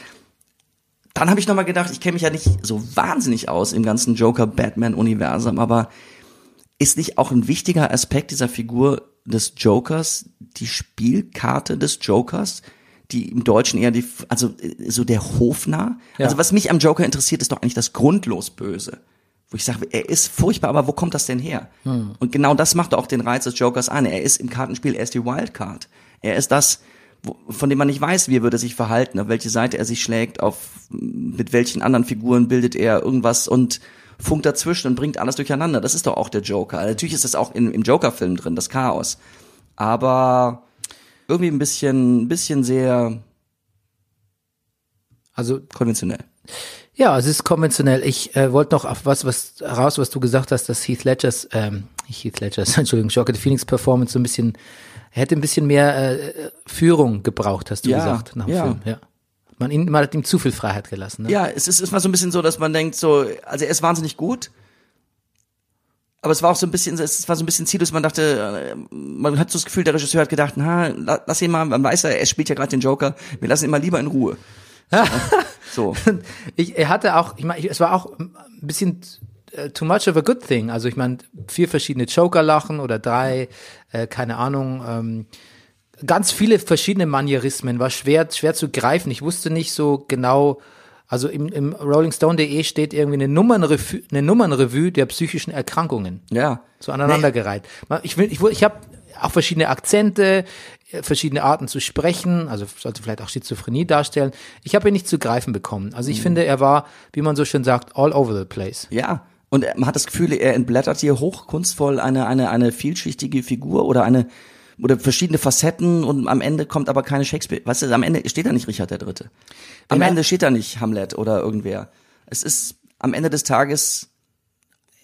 Speaker 2: dann habe ich nochmal gedacht, ich kenne mich ja nicht so wahnsinnig aus im ganzen Joker-Batman-Universum, aber ist nicht auch ein wichtiger Aspekt dieser Figur des Jokers die Spielkarte des Jokers, die im Deutschen eher die, also äh, so der Hofnarr?
Speaker 1: Ja.
Speaker 2: Also was mich am Joker interessiert, ist doch eigentlich das grundlos Böse. Wo ich sage, er ist furchtbar, aber wo kommt das denn her? Und genau das macht auch den Reiz des Jokers an. Er ist im Kartenspiel, er ist die Wildcard. Er ist das, wo- von dem man nicht weiß, wie er würde sich verhalten, auf welche Seite er sich schlägt, auf mit welchen anderen Figuren bildet er irgendwas und funkt dazwischen und bringt alles durcheinander. Das ist doch auch der Joker. Also Natürlich ist das auch in, im Joker-Film drin, das Chaos. Aber irgendwie ein bisschen, ein bisschen sehr
Speaker 1: Also
Speaker 2: konventionell.
Speaker 1: ja, es ist konventionell. Ich äh, wollte noch auf was, was raus, was du gesagt hast, dass Heath Ledgers, ähm, nicht Heath Ledgers, Entschuldigung, Joaquin Phoenix Performance so ein bisschen, hätte ein bisschen mehr äh, äh, Führung gebraucht, hast du
Speaker 2: Ja,
Speaker 1: gesagt, nach dem
Speaker 2: ja.
Speaker 1: Film. Ja. Man, ihn, man hat ihm zu viel Freiheit gelassen. Ne?
Speaker 2: Ja, es ist, es war so ein bisschen so, dass man denkt, so, also er ist wahnsinnig gut. Aber es war auch so ein bisschen, es war so ein bisschen ziellos. Man dachte, äh, man hat so das Gefühl, der Regisseur hat gedacht, na, la- lass ihn mal, man weiß ja, er spielt ja gerade den Joker, wir lassen ihn mal lieber in Ruhe. So.
Speaker 1: ich er hatte auch, ich meine, es war auch ein bisschen äh, too much of a good thing. Also ich meine, vier verschiedene Joker-Lachen oder drei, äh, keine Ahnung, ähm, ganz viele verschiedene Manierismen, war schwer, schwer zu greifen. Ich wusste nicht so genau, also im, im rollingstone.de E steht irgendwie eine Nummernrevue, eine Nummernrevue der psychischen Erkrankungen
Speaker 2: Ja.
Speaker 1: so aneinandergereiht. Man- Ich will, ich, will- ich habe auch verschiedene Akzente, äh, verschiedene Arten zu sprechen, also sollte vielleicht auch Schizophrenie darstellen. Ich habe ihn nicht zu greifen bekommen. Also ich finde, er war, wie man so schön sagt, all over the place.
Speaker 2: Ja, und er- man hat das Gefühl, er entblättert hier hochkunstvoll eine, eine, eine vielschichtige Figur oder eine oder verschiedene Facetten und am Ende kommt aber keine Shakespeare. Weißt du, am Ende steht da nicht Richard der Dritte. Am
Speaker 1: Ja.
Speaker 2: Ende steht da nicht Hamlet oder irgendwer. Es ist am Ende des Tages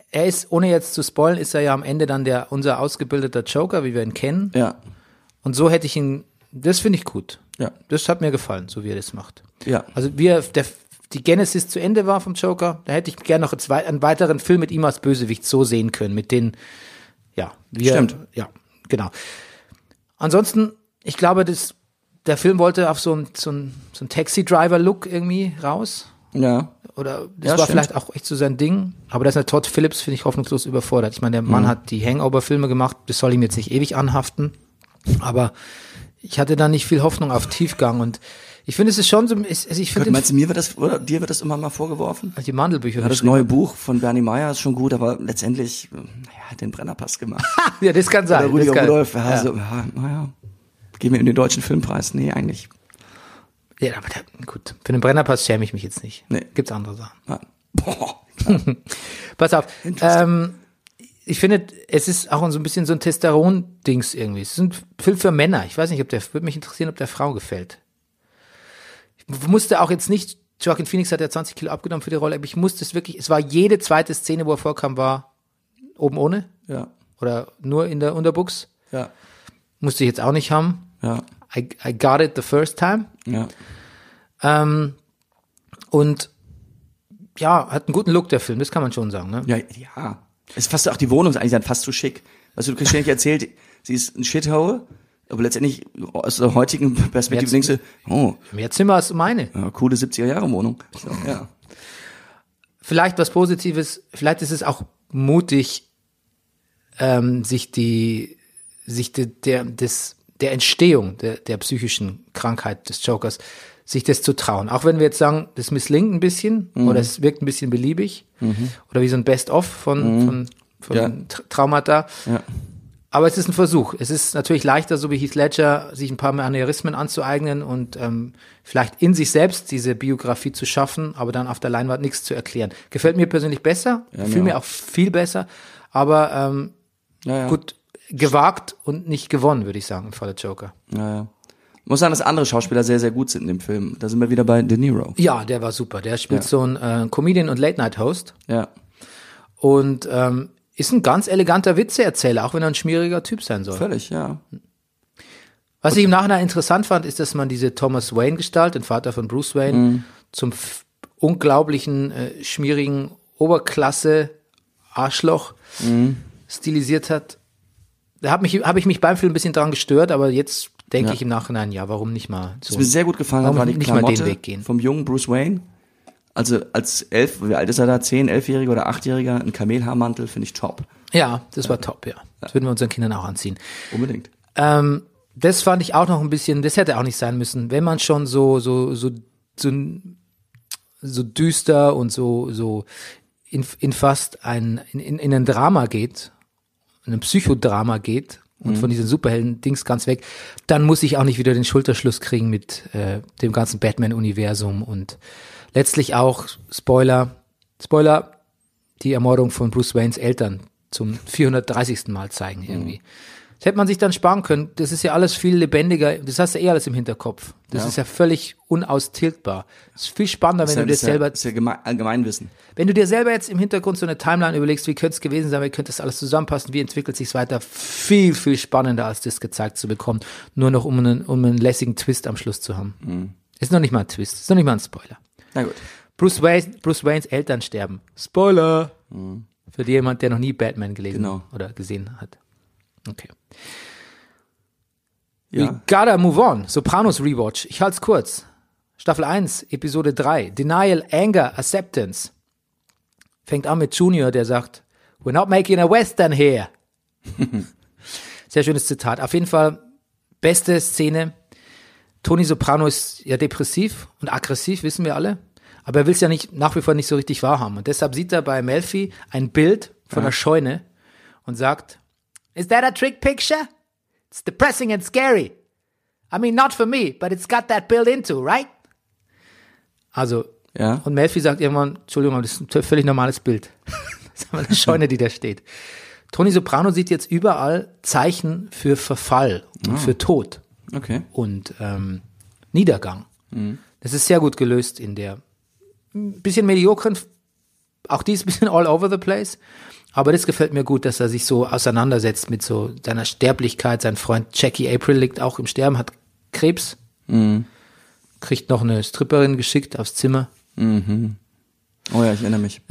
Speaker 1: Er ist, ohne jetzt zu spoilen, ist er ja am Ende dann der unser ausgebildeter Joker, wie wir ihn kennen.
Speaker 2: ja,
Speaker 1: Und so hätte ich ihn, das finde ich gut.
Speaker 2: Ja.
Speaker 1: Das hat mir gefallen, so wie er das macht.
Speaker 2: Ja.
Speaker 1: Also wie er, der, die Genesis zu Ende war vom Joker, da hätte ich gerne noch einen, zwei, einen weiteren Film mit ihm als Bösewicht so sehen können, mit den, ja. Wie
Speaker 2: Stimmt.
Speaker 1: Er, ja, genau. Ansonsten, ich glaube, das, der Film wollte auf so einen so einen- so einen Taxi-Driver-Look irgendwie raus.
Speaker 2: ja.
Speaker 1: Oder das
Speaker 2: Ja,
Speaker 1: war
Speaker 2: stimmt.
Speaker 1: vielleicht auch echt so sein Ding. Aber das ist Todd Phillips, finde ich, hoffnungslos überfordert. Ich meine, der
Speaker 2: Mhm.
Speaker 1: Mann hat die Hangover-Filme gemacht. Das soll ihm jetzt nicht ewig anhaften. Aber ich hatte da nicht viel Hoffnung auf Tiefgang. Und ich finde, es ist schon so, es- es- ich finde, Also
Speaker 2: Meinst du, mir wird das oder dir wird das immer mal vorgeworfen?
Speaker 1: die Mandelbücher.
Speaker 2: Ja, das neue Buch von Bernie Meyer ist schon gut, aber letztendlich, äh, naja, hat den Brennerpass gemacht.
Speaker 1: ja, das kann sein.
Speaker 2: Oder Rüdiger
Speaker 1: das kann,
Speaker 2: Rudolph, ja,
Speaker 1: ja.
Speaker 2: So, ja, naja, gehen wir in den deutschen Filmpreis? Nee, eigentlich.
Speaker 1: ja, aber da, gut. Für den Brennerpass schäme ich mich jetzt nicht.
Speaker 2: Nee.
Speaker 1: Gibt's andere Sachen.
Speaker 2: Ja. Boah.
Speaker 1: Hm. Pass auf. Ähm, ich finde, es ist auch so ein bisschen so ein Testosteron-Dings irgendwie. Es sind Film für Männer. Ich weiß nicht, ob der, würde mich interessieren, ob der Frau gefällt. Ich musste auch jetzt nicht, Joaquin Phoenix hat ja 20 Kilo abgenommen für die Rolle, aber ich musste es wirklich, es war jede zweite Szene, wo er vorkam, war oben ohne
Speaker 2: Ja,
Speaker 1: oder nur in der Unterbuchs.
Speaker 2: ja,
Speaker 1: Musste ich jetzt auch nicht haben.
Speaker 2: ja,
Speaker 1: I, I got it the first time.
Speaker 2: ja.
Speaker 1: Ähm, und ja, hat einen guten Look, der Film, das kann man schon sagen. Ne?
Speaker 2: Ja, ja. Es ist fast auch die Wohnung ist eigentlich dann fast zu schick. Weißt du, du kriegst ja nicht erzählt, sie ist ein Shithole, aber letztendlich aus der heutigen Perspektive
Speaker 1: Jetzt-
Speaker 2: denkst du, oh,
Speaker 1: Mehr Zimmer ist meine.
Speaker 2: ja, coole 70er Jahre Wohnung. So, ja.
Speaker 1: vielleicht was Positives, vielleicht ist es auch mutig, ähm, sich die, sich de, der, des, der Entstehung der, der psychischen Krankheit des Jokers, sich das zu trauen. Auch wenn wir jetzt sagen, das misslingt ein bisschen oder es wirkt ein bisschen beliebig oder wie so ein Best-of von, von, von
Speaker 2: Ja.
Speaker 1: Tra- Traumata.
Speaker 2: Ja.
Speaker 1: Aber es ist ein Versuch. Es ist natürlich leichter, so wie Heath Ledger, sich ein paar Manierismen anzueignen und ähm, vielleicht in sich selbst diese Biografie zu schaffen, aber dann auf der Leinwand nichts zu erklären. Gefällt mir persönlich besser, fühle mir auch viel besser, aber ähm,
Speaker 2: Ja, ja.
Speaker 1: gut gewagt und nicht gewonnen, würde ich sagen, im Fall der Joker.
Speaker 2: Ja, ja. Muss sagen, dass andere Schauspieler sehr, sehr gut sind in dem Film. Da sind wir wieder bei De Niro.
Speaker 1: Ja, der war super. Der spielt
Speaker 2: Ja.
Speaker 1: so einen äh, Comedian und Late-Night-Host
Speaker 2: Ja.
Speaker 1: und ähm, ist ein ganz eleganter Witzeerzähler, auch wenn er ein schmieriger Typ sein soll.
Speaker 2: Völlig, ja.
Speaker 1: Was ich im Nachhinein interessant fand, ist, dass man diese Thomas Wayne-Gestalt, den Vater von Bruce Wayne,
Speaker 2: Mhm.
Speaker 1: zum f- unglaublichen, äh, schmierigen Oberklasse-Arschloch
Speaker 2: Mhm.
Speaker 1: stilisiert hat. Da habe mich, hab ich mich beim Film ein bisschen dran gestört, aber jetzt denke
Speaker 2: Ja.
Speaker 1: ich im Nachhinein, ja, warum nicht mal so?
Speaker 2: Was mir sehr gut gefallen hat,
Speaker 1: Warum
Speaker 2: war die
Speaker 1: nicht mal den
Speaker 2: Klamotte
Speaker 1: Weg gehen?
Speaker 2: vom jungen Bruce Wayne. Also als elf, wie alt ist er da? Zehn, elfjähriger oder achtjähriger, ein Kamelhaarmantel finde ich top.
Speaker 1: Ja, das war top, ja. Das würden wir unseren Kindern auch anziehen.
Speaker 2: Unbedingt.
Speaker 1: Ähm, das fand ich auch noch ein bisschen, das hätte auch nicht sein müssen, wenn man schon so, so, so, so, so düster und so, so in, in fast ein, in, in, in ein Drama geht, in ein Psychodrama geht und
Speaker 2: Mhm.
Speaker 1: von diesen Superhelden-Dings ganz weg, dann muss ich auch nicht wieder den Schulterschluss kriegen mit äh, dem ganzen Batman-Universum und letztlich auch, Spoiler, Spoiler, die Ermordung von Bruce Waynes Eltern zum 430. Mal zeigen
Speaker 2: Mhm.
Speaker 1: irgendwie. Das hätte man sich dann sparen können. Das ist ja alles viel lebendiger. Das hast du eh alles im Hinterkopf. Das ist ja völlig unaustilgbar. Es ist viel spannender, wenn
Speaker 2: ja-
Speaker 1: du dir
Speaker 2: ist ja,
Speaker 1: selber,
Speaker 2: Ist ja geme Allgemeinwissen.
Speaker 1: wenn du dir selber jetzt im Hintergrund so eine Timeline überlegst, wie könnte es gewesen sein, wie könnte das alles zusammenpassen, wie entwickelt sich weiter, viel, viel spannender, als das gezeigt zu bekommen. Nur noch um einen, um einen lässigen Twist am Schluss zu haben. Ist noch nicht mal ein Twist, ist noch nicht mal ein Spoiler.
Speaker 2: Na gut.
Speaker 1: Bruce, Wayne, Bruce Waynes Eltern sterben. Spoiler! Für jemand, der noch nie Batman gelesen
Speaker 2: Mhm. Genau.
Speaker 1: oder gesehen hat. Okay. We
Speaker 2: Ja.
Speaker 1: gotta move on. Sopranos Rewatch. Ich halte es kurz. Staffel 1, Episode 3. Denial, Anger, Acceptance. Fängt an mit Junior, der sagt, We're not making a Western here. Sehr schönes Zitat. Auf jeden Fall, beste Szene. Tony Soprano ist ja depressiv und aggressiv, wissen wir alle. Aber er will es ja nicht, nach wie vor nicht so richtig wahrhaben. Und deshalb sieht er bei Melfi ein Bild von einer Scheune und sagt, Is that a trick picture? It's depressing and scary. I mean, not for me, but it's got that built into, right? Also,
Speaker 2: Ja.
Speaker 1: und Melfi sagt irgendwann, Entschuldigung, aber das ist ein t- völlig normales Bild. das ist aber eine Scheune, die da steht. Tony Soprano sieht jetzt überall Zeichen für Verfall und für Tod
Speaker 2: Okay.
Speaker 1: und ähm, Niedergang. Das ist sehr gut gelöst in der ein bisschen mediokren, auch die ist ein bisschen all over the place, aber das gefällt mir gut, dass er sich so auseinandersetzt mit so seiner Sterblichkeit. Sein Freund Jackie April liegt auch im Sterben, hat Krebs, kriegt noch eine Stripperin geschickt aufs Zimmer.
Speaker 2: Oh ja, ich erinnere mich.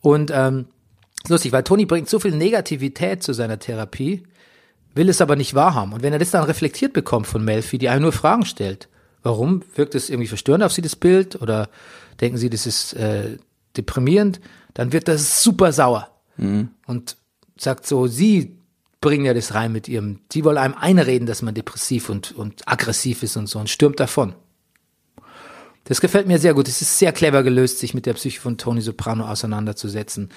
Speaker 1: Und ähm, ist lustig, weil Tony bringt so viel Negativität zu seiner Therapie, will es aber nicht wahrhaben. Und wenn er das dann reflektiert bekommt von Melfi, die einem nur Fragen stellt, warum wirkt es irgendwie verstörend auf sie das Bild oder denken sie, das ist äh, deprimierend, dann wird das super sauer und sagt so, sie bringen ja das rein mit ihrem, sie wollen einem einreden, dass man depressiv und, und aggressiv ist und so und stürmt davon. Das gefällt mir sehr gut. Es ist sehr clever gelöst, sich mit der Psyche von Tony Soprano auseinanderzusetzen.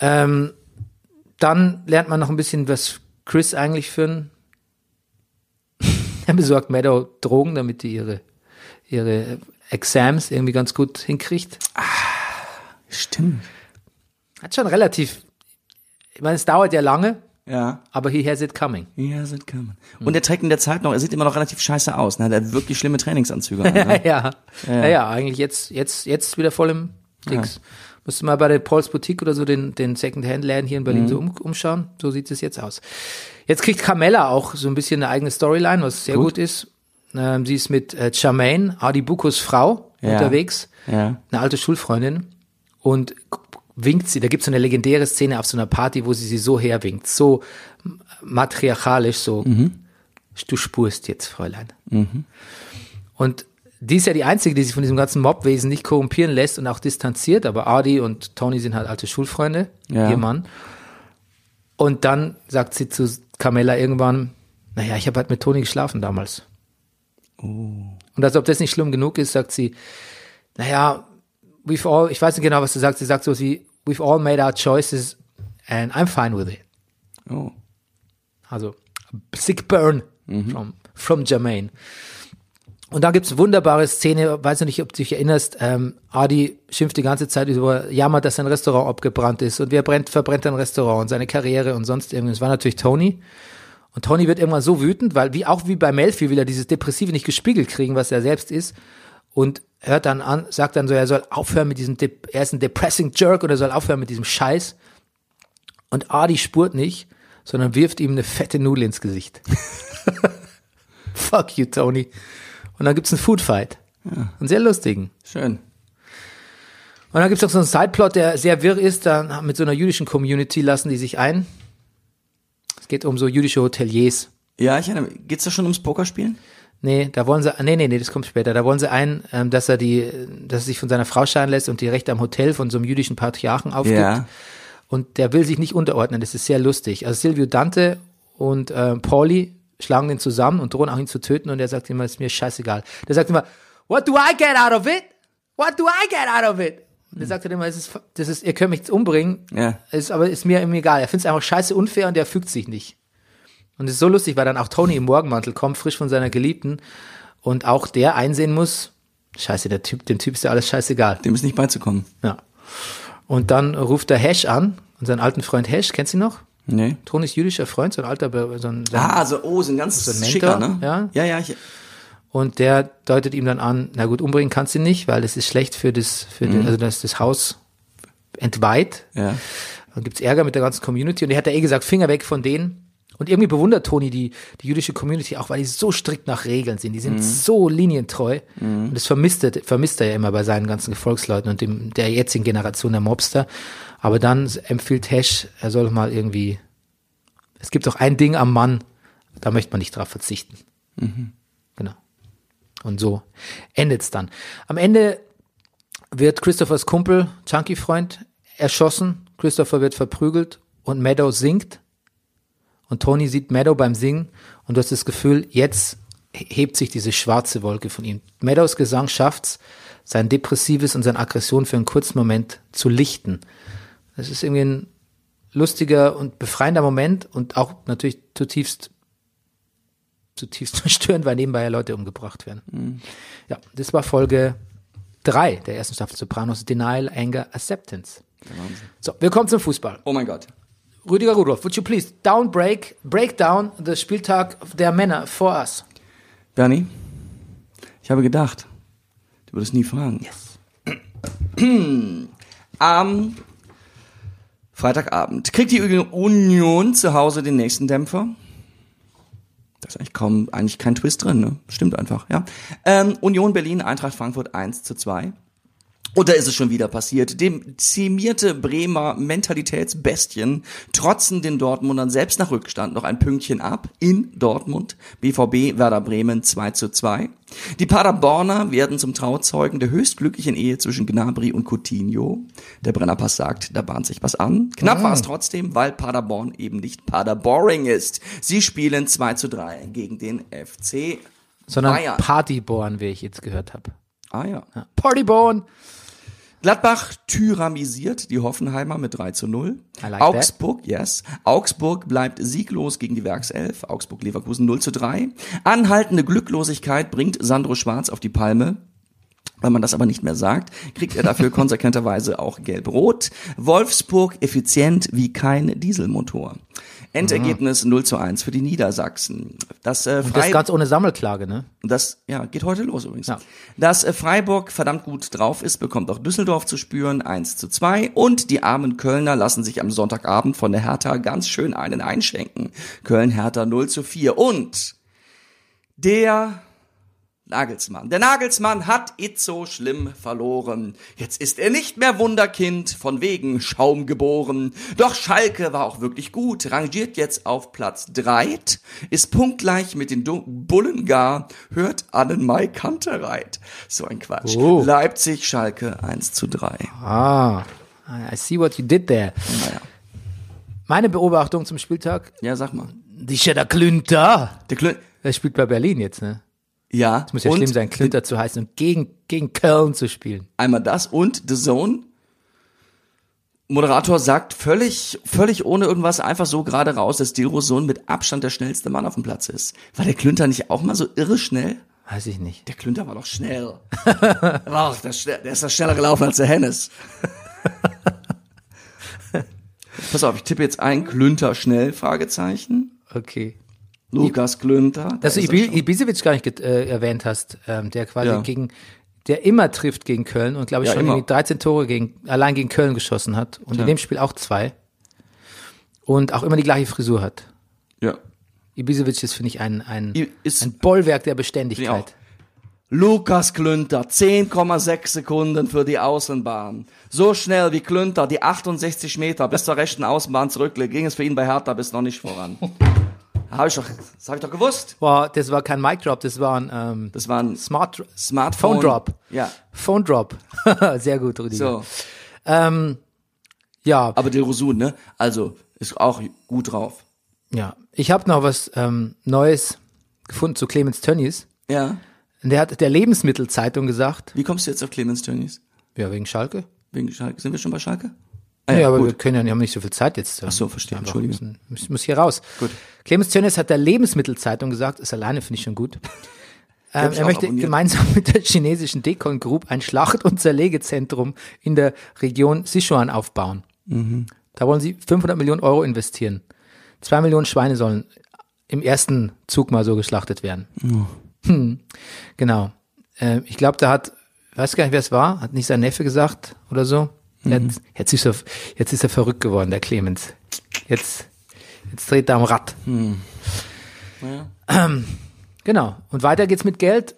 Speaker 1: Ähm, dann lernt man noch ein bisschen, was Chris eigentlich für ein. er besorgt Meadow Drogen, damit die ihre, ihre Exams irgendwie ganz gut hinkriegt.
Speaker 2: Stimmt.
Speaker 1: Hat schon relativ. Ich meine, es dauert ja lange,
Speaker 2: Ja.
Speaker 1: aber he has it coming.
Speaker 2: Ja, sind kann man. Und er trägt in der Zeit noch, er sieht immer noch relativ scheiße aus. Ne? Der hat wirklich schlimme Trainingsanzüge. an,
Speaker 1: Ja,
Speaker 2: ne?
Speaker 1: ja. ja, ja, eigentlich jetzt, jetzt, jetzt wieder voll im Dings. Musst du mal bei der Pauls Boutique oder so den, den Second-Hand-Läden hier in
Speaker 2: Mhm.
Speaker 1: Berlin so um, umschauen. So sieht es jetzt aus. Jetzt kriegt Carmella auch so ein bisschen eine eigene Storyline, was sehr gut, ist. Ähm, sie ist mit äh, Charmaine, Adi Bukos Frau,
Speaker 2: Ja.
Speaker 1: unterwegs.
Speaker 2: Ja.
Speaker 1: Eine alte Schulfreundin. Und k- winkt sie. Da gibt es so eine legendäre Szene auf so einer Party, wo sie sie so herwinkt. So m- matriarchalisch, so.
Speaker 2: Mhm.
Speaker 1: Du spurst jetzt, Fräulein. Und die ist ja die Einzige, die sich von diesem ganzen Mobwesen nicht korrumpieren lässt und auch distanziert. Aber Adi und Tony sind halt alte Schulfreunde,
Speaker 2: Ja.
Speaker 1: ihr Mann. Und dann sagt sie zu Carmella irgendwann, naja, ich habe halt mit Toni geschlafen damals. Und als ob das nicht schlimm genug ist, sagt sie, naja, we've all, ich weiß nicht genau, was sie sagt, sie sagt so wie, we've all made our choices and I'm fine with it.
Speaker 2: Oh.
Speaker 1: Also Sick Burn from, from Jermaine. Und da gibt's eine wunderbare Szene, weiß nicht, ob du dich erinnerst, ähm, Adi schimpft die ganze Zeit über, jammert, dass sein Restaurant abgebrannt ist und wer brennt, verbrennt ein Restaurant und seine Karriere und sonst irgendwas. Das war natürlich Tony. Und Tony wird irgendwann so wütend, weil wie auch wie bei Melfi will er dieses Depressive nicht gespiegelt kriegen, was er selbst ist. Und hört dann an, sagt dann so, er soll aufhören mit diesem, Dep- er ist ein depressing Jerk und er soll aufhören mit diesem Scheiß. Und Adi spurt nicht, sondern wirft ihm eine fette Nudel ins Gesicht. Fuck you, Tony. Und dann gibt's einen Foodfight. Einen sehr lustigen.
Speaker 2: Schön.
Speaker 1: Und dann gibt's noch so einen Sideplot, der sehr wirr ist. Dann mit so einer jüdischen Community lassen die sich ein. Es geht um so jüdische Hoteliers.
Speaker 2: Ja, ich erinnere mich. Geht's da schon ums Pokerspielen?
Speaker 1: Nee, da wollen sie, nee, nee, nee, das kommt später. Da wollen sie ein, ähm, dass er die, dass er sich von seiner Frau scheiden lässt und die Rechte am Hotel von so einem jüdischen Patriarchen aufgibt.
Speaker 2: Ja.
Speaker 1: Und der will sich nicht unterordnen. Das ist sehr lustig. Also Silvio Dante und äh, Pauli schlagen den zusammen und drohen auch ihn zu töten. Und er sagt immer, ist mir scheißegal. Der sagt immer, What do I get out of it? What do I get out of it? Und der sagt dann immer, es ist, das ist, ihr könnt mich jetzt umbringen.
Speaker 2: Ja.
Speaker 1: Ist aber ist mir ihm egal. Er findet es einfach scheiße unfair und er fügt sich nicht. Und es ist so lustig, weil dann auch Tony im Morgenmantel kommt, frisch von seiner Geliebten. Und auch der einsehen muss, scheiße, der Typ, dem Typ ist ja alles scheißegal.
Speaker 2: Dem ist nicht beizukommen.
Speaker 1: Ja. Und dann ruft er Hash an, unseren alten Freund Hash, kennst du ihn noch?
Speaker 2: Nee.
Speaker 1: Tonis jüdischer Freund, so ein alter, Be- so ein, so ein,
Speaker 2: Ah, so, oh, so ein ganz
Speaker 1: ein Mentor,
Speaker 2: schicker, ne?
Speaker 1: ja.
Speaker 2: Ja, ja, ich,
Speaker 1: und der deutet ihm dann an, na gut, umbringen kannst du ihn nicht, weil das ist schlecht für das, für den, also das, das Haus entweiht.
Speaker 2: ja.
Speaker 1: Dann gibt's Ärger mit der ganzen Community und er hat ja eh gesagt, Finger weg von denen. Und irgendwie bewundert Toni die, die jüdische Community auch, weil die so strikt nach Regeln sind. Die sind so linientreu. Und das vermisst er, vermisst er ja immer bei seinen ganzen Gefolgsleuten und dem, der jetzigen Generation der Mobster. Aber dann empfiehlt Hash, er soll mal irgendwie, es gibt doch ein Ding am Mann, da möchte man nicht drauf verzichten. Genau. Und so endet's dann. Am Ende wird Christophers Kumpel, Chunky-Freund, erschossen. Christopher wird verprügelt und Meadow singt. Und Tony sieht Meadow beim Singen und du hast das Gefühl, jetzt hebt sich diese schwarze Wolke von ihm. Meadows Gesang schafft's, sein Depressives und seine Aggression für einen kurzen Moment zu lichten. Das ist irgendwie ein lustiger und befreiender Moment und auch natürlich zutiefst zutiefst verstörend, weil nebenbei ja Leute umgebracht werden. Ja, das war Folge 3 der ersten Staffel Sopranos, Denial, Anger, Acceptance. So, wir kommen zum Fußball.
Speaker 2: Oh mein Gott.
Speaker 1: Rüdiger Rudolph, would you please down break, break down the Spieltag der Männer for us?
Speaker 2: Bernie, ich habe gedacht, du würdest nie fragen. Yes. Am Freitagabend kriegt die Union zu Hause den nächsten Dämpfer. Da ist eigentlich kaum, eigentlich kein Twist drin, ne? Stimmt einfach, ja. Ähm, Union Berlin, Eintracht Frankfurt 1 zu 2. Und da ist es schon wieder passiert. Dem zimierte Bremer Mentalitätsbestien trotzen den Dortmundern selbst nach Rückstand noch ein Pünktchen ab in Dortmund. BVB Werder Bremen 2 zu 2. Die Paderborner werden zum Trauzeugen der höchstglücklichen Ehe zwischen Gnabry und Coutinho. Der Brennerpass sagt, da bahnt sich was an. Knapp war es trotzdem, weil Paderborn eben nicht Paderboring ist. Sie spielen 2 zu 3 gegen den FC
Speaker 1: Sondern
Speaker 2: Bayern.
Speaker 1: Partyborn, wie ich jetzt gehört habe.
Speaker 2: ah ja.
Speaker 1: Partyborn!
Speaker 2: Gladbach tyrannisiert die Hoffenheimer mit 3 zu 0.
Speaker 1: I like
Speaker 2: Augsburg, yes. Augsburg bleibt sieglos gegen die Werkself. Augsburg-Leverkusen 0 zu 3. Anhaltende Glücklosigkeit bringt Sandro Schwarz auf die Palme. Weil man das aber nicht mehr sagt, kriegt er dafür konsequenterweise auch gelb-rot. Wolfsburg effizient wie kein Dieselmotor. Endergebnis 0 zu 1 für die Niedersachsen. Das, äh,
Speaker 1: Das
Speaker 2: Frei
Speaker 1: ganz ohne Sammelklage, ne?
Speaker 2: das ja, geht heute los übrigens.
Speaker 1: Ja.
Speaker 2: Dass äh, Freiburg verdammt gut drauf ist, bekommt auch Düsseldorf zu spüren, 1 zu 2. Und die armen Kölner lassen sich am Sonntagabend von der Hertha ganz schön einen einschenken. Köln-Hertha 0 zu 4. Und der Nagelsmann. Der Nagelsmann hat Itzo schlimm verloren. Jetzt ist er nicht mehr Wunderkind, von wegen Schaum geboren. Doch Schalke war auch wirklich gut, rangiert jetzt auf Platz 3, ist punktgleich mit den Du- Bullen gar, hört Annenmai Kantereit. So ein Quatsch.
Speaker 1: Oh.
Speaker 2: Leipzig, Schalke 1 zu 3.
Speaker 1: Ah, I see what you did there.
Speaker 2: Naja.
Speaker 1: Meine Beobachtung zum Spieltag,
Speaker 2: Ja, sag mal.
Speaker 1: die Schedder Klünter,
Speaker 2: Der Klö
Speaker 1: der spielt bei Berlin jetzt, ne?
Speaker 2: ja. Das
Speaker 1: Muss ja schlimm sein, Klünter zu heißen und gegen, gegen Köln zu spielen.
Speaker 2: Einmal das und The Zone. Moderator sagt völlig, völlig ohne irgendwas einfach so gerade raus, dass Dilro Sohn mit Abstand der schnellste Mann auf dem Platz ist. War der Klünter nicht auch mal so irre schnell?
Speaker 1: Weiß ich nicht.
Speaker 2: Der Klünter war doch schnell. der, war doch der, schnell- der ist doch schneller gelaufen als der Hennes. Pass auf, ich tippe jetzt ein, Klünter schnell, Fragezeichen.
Speaker 1: Okay.
Speaker 2: Lukas Klünter. da
Speaker 1: Dass du
Speaker 2: ist
Speaker 1: Also
Speaker 2: er
Speaker 1: Ibi-
Speaker 2: schon.
Speaker 1: Ibisevic gar nicht get- äh, erwähnt hast, ähm, der quasi
Speaker 2: Ja.
Speaker 1: gegen, der immer trifft gegen Köln und glaube ich
Speaker 2: Ja,
Speaker 1: schon
Speaker 2: immer.
Speaker 1: irgendwie 13 Tore gegen, allein gegen Köln geschossen hat und in dem Spiel auch zwei und auch immer die gleiche Frisur hat.
Speaker 2: ja.
Speaker 1: Ibisevic ist, finde ich, ein, ein,
Speaker 2: I- ist-
Speaker 1: ein Bollwerk der
Speaker 2: Bin ich auch.
Speaker 1: Beständigkeit.
Speaker 2: Lukas Klünter, 10,6 Sekunden für die Außenbahn. So schnell wie Klünter die 68 Meter bis zur rechten Außenbahn zurücklegt, ging es für ihn bei Hertha bis noch nicht voran. Hab ich doch, das habe ich doch gewusst.
Speaker 1: Boah, das war kein Mic Drop, das war ein ähm,
Speaker 2: Das war ein
Speaker 1: Smart Dro-
Speaker 2: Smartphone.
Speaker 1: Phone Drop.
Speaker 2: Ja,
Speaker 1: Phone Drop. Sehr gut, Rudi.
Speaker 2: so.
Speaker 1: Ähm, ja,
Speaker 2: Aber Del Rosun, ne? Also, ist auch gut drauf.
Speaker 1: ja. Ich habe noch was ähm, Neues gefunden zu Clemens Tönnies.
Speaker 2: Ja.
Speaker 1: Der hat der Lebensmittelzeitung gesagt,
Speaker 2: Wie kommst du jetzt auf Clemens Tönnies?
Speaker 1: ja, wegen Schalke.
Speaker 2: Wegen Schalke. Sind wir schon bei Schalke? Ah,
Speaker 1: Ja, aber wir
Speaker 2: gut.
Speaker 1: können ja nicht, haben nicht so viel Zeit jetzt.
Speaker 2: Ach so, verstehe,
Speaker 1: Einfach
Speaker 2: Entschuldige.
Speaker 1: müssen- Ich muss hier raus. Gut. Clemens Tönnies hat der Lebensmittelzeitung gesagt, ist alleine, finde ich schon gut. Ähm,
Speaker 2: ich
Speaker 1: er
Speaker 2: auch
Speaker 1: möchte
Speaker 2: abonniert.
Speaker 1: gemeinsam mit der chinesischen Decon Group ein Schlacht- und Zerlegezentrum in der Region Sichuan aufbauen.
Speaker 2: Mhm.
Speaker 1: Da wollen sie 500 Millionen Euro investieren. Zwei Millionen Schweine sollen im ersten Zug mal so geschlachtet werden. Hm,
Speaker 2: Oh.
Speaker 1: genau. Äh, ich glaube, da hat, weiß gar nicht, wer es war, hat nicht sein Neffe gesagt oder so.
Speaker 2: Mhm.
Speaker 1: Der Hat, jetzt, ist er, jetzt ist er verrückt geworden, der Clemens. Jetzt, jetzt dreht er am Rad. Ähm, Genau. Und weiter geht's mit Geld.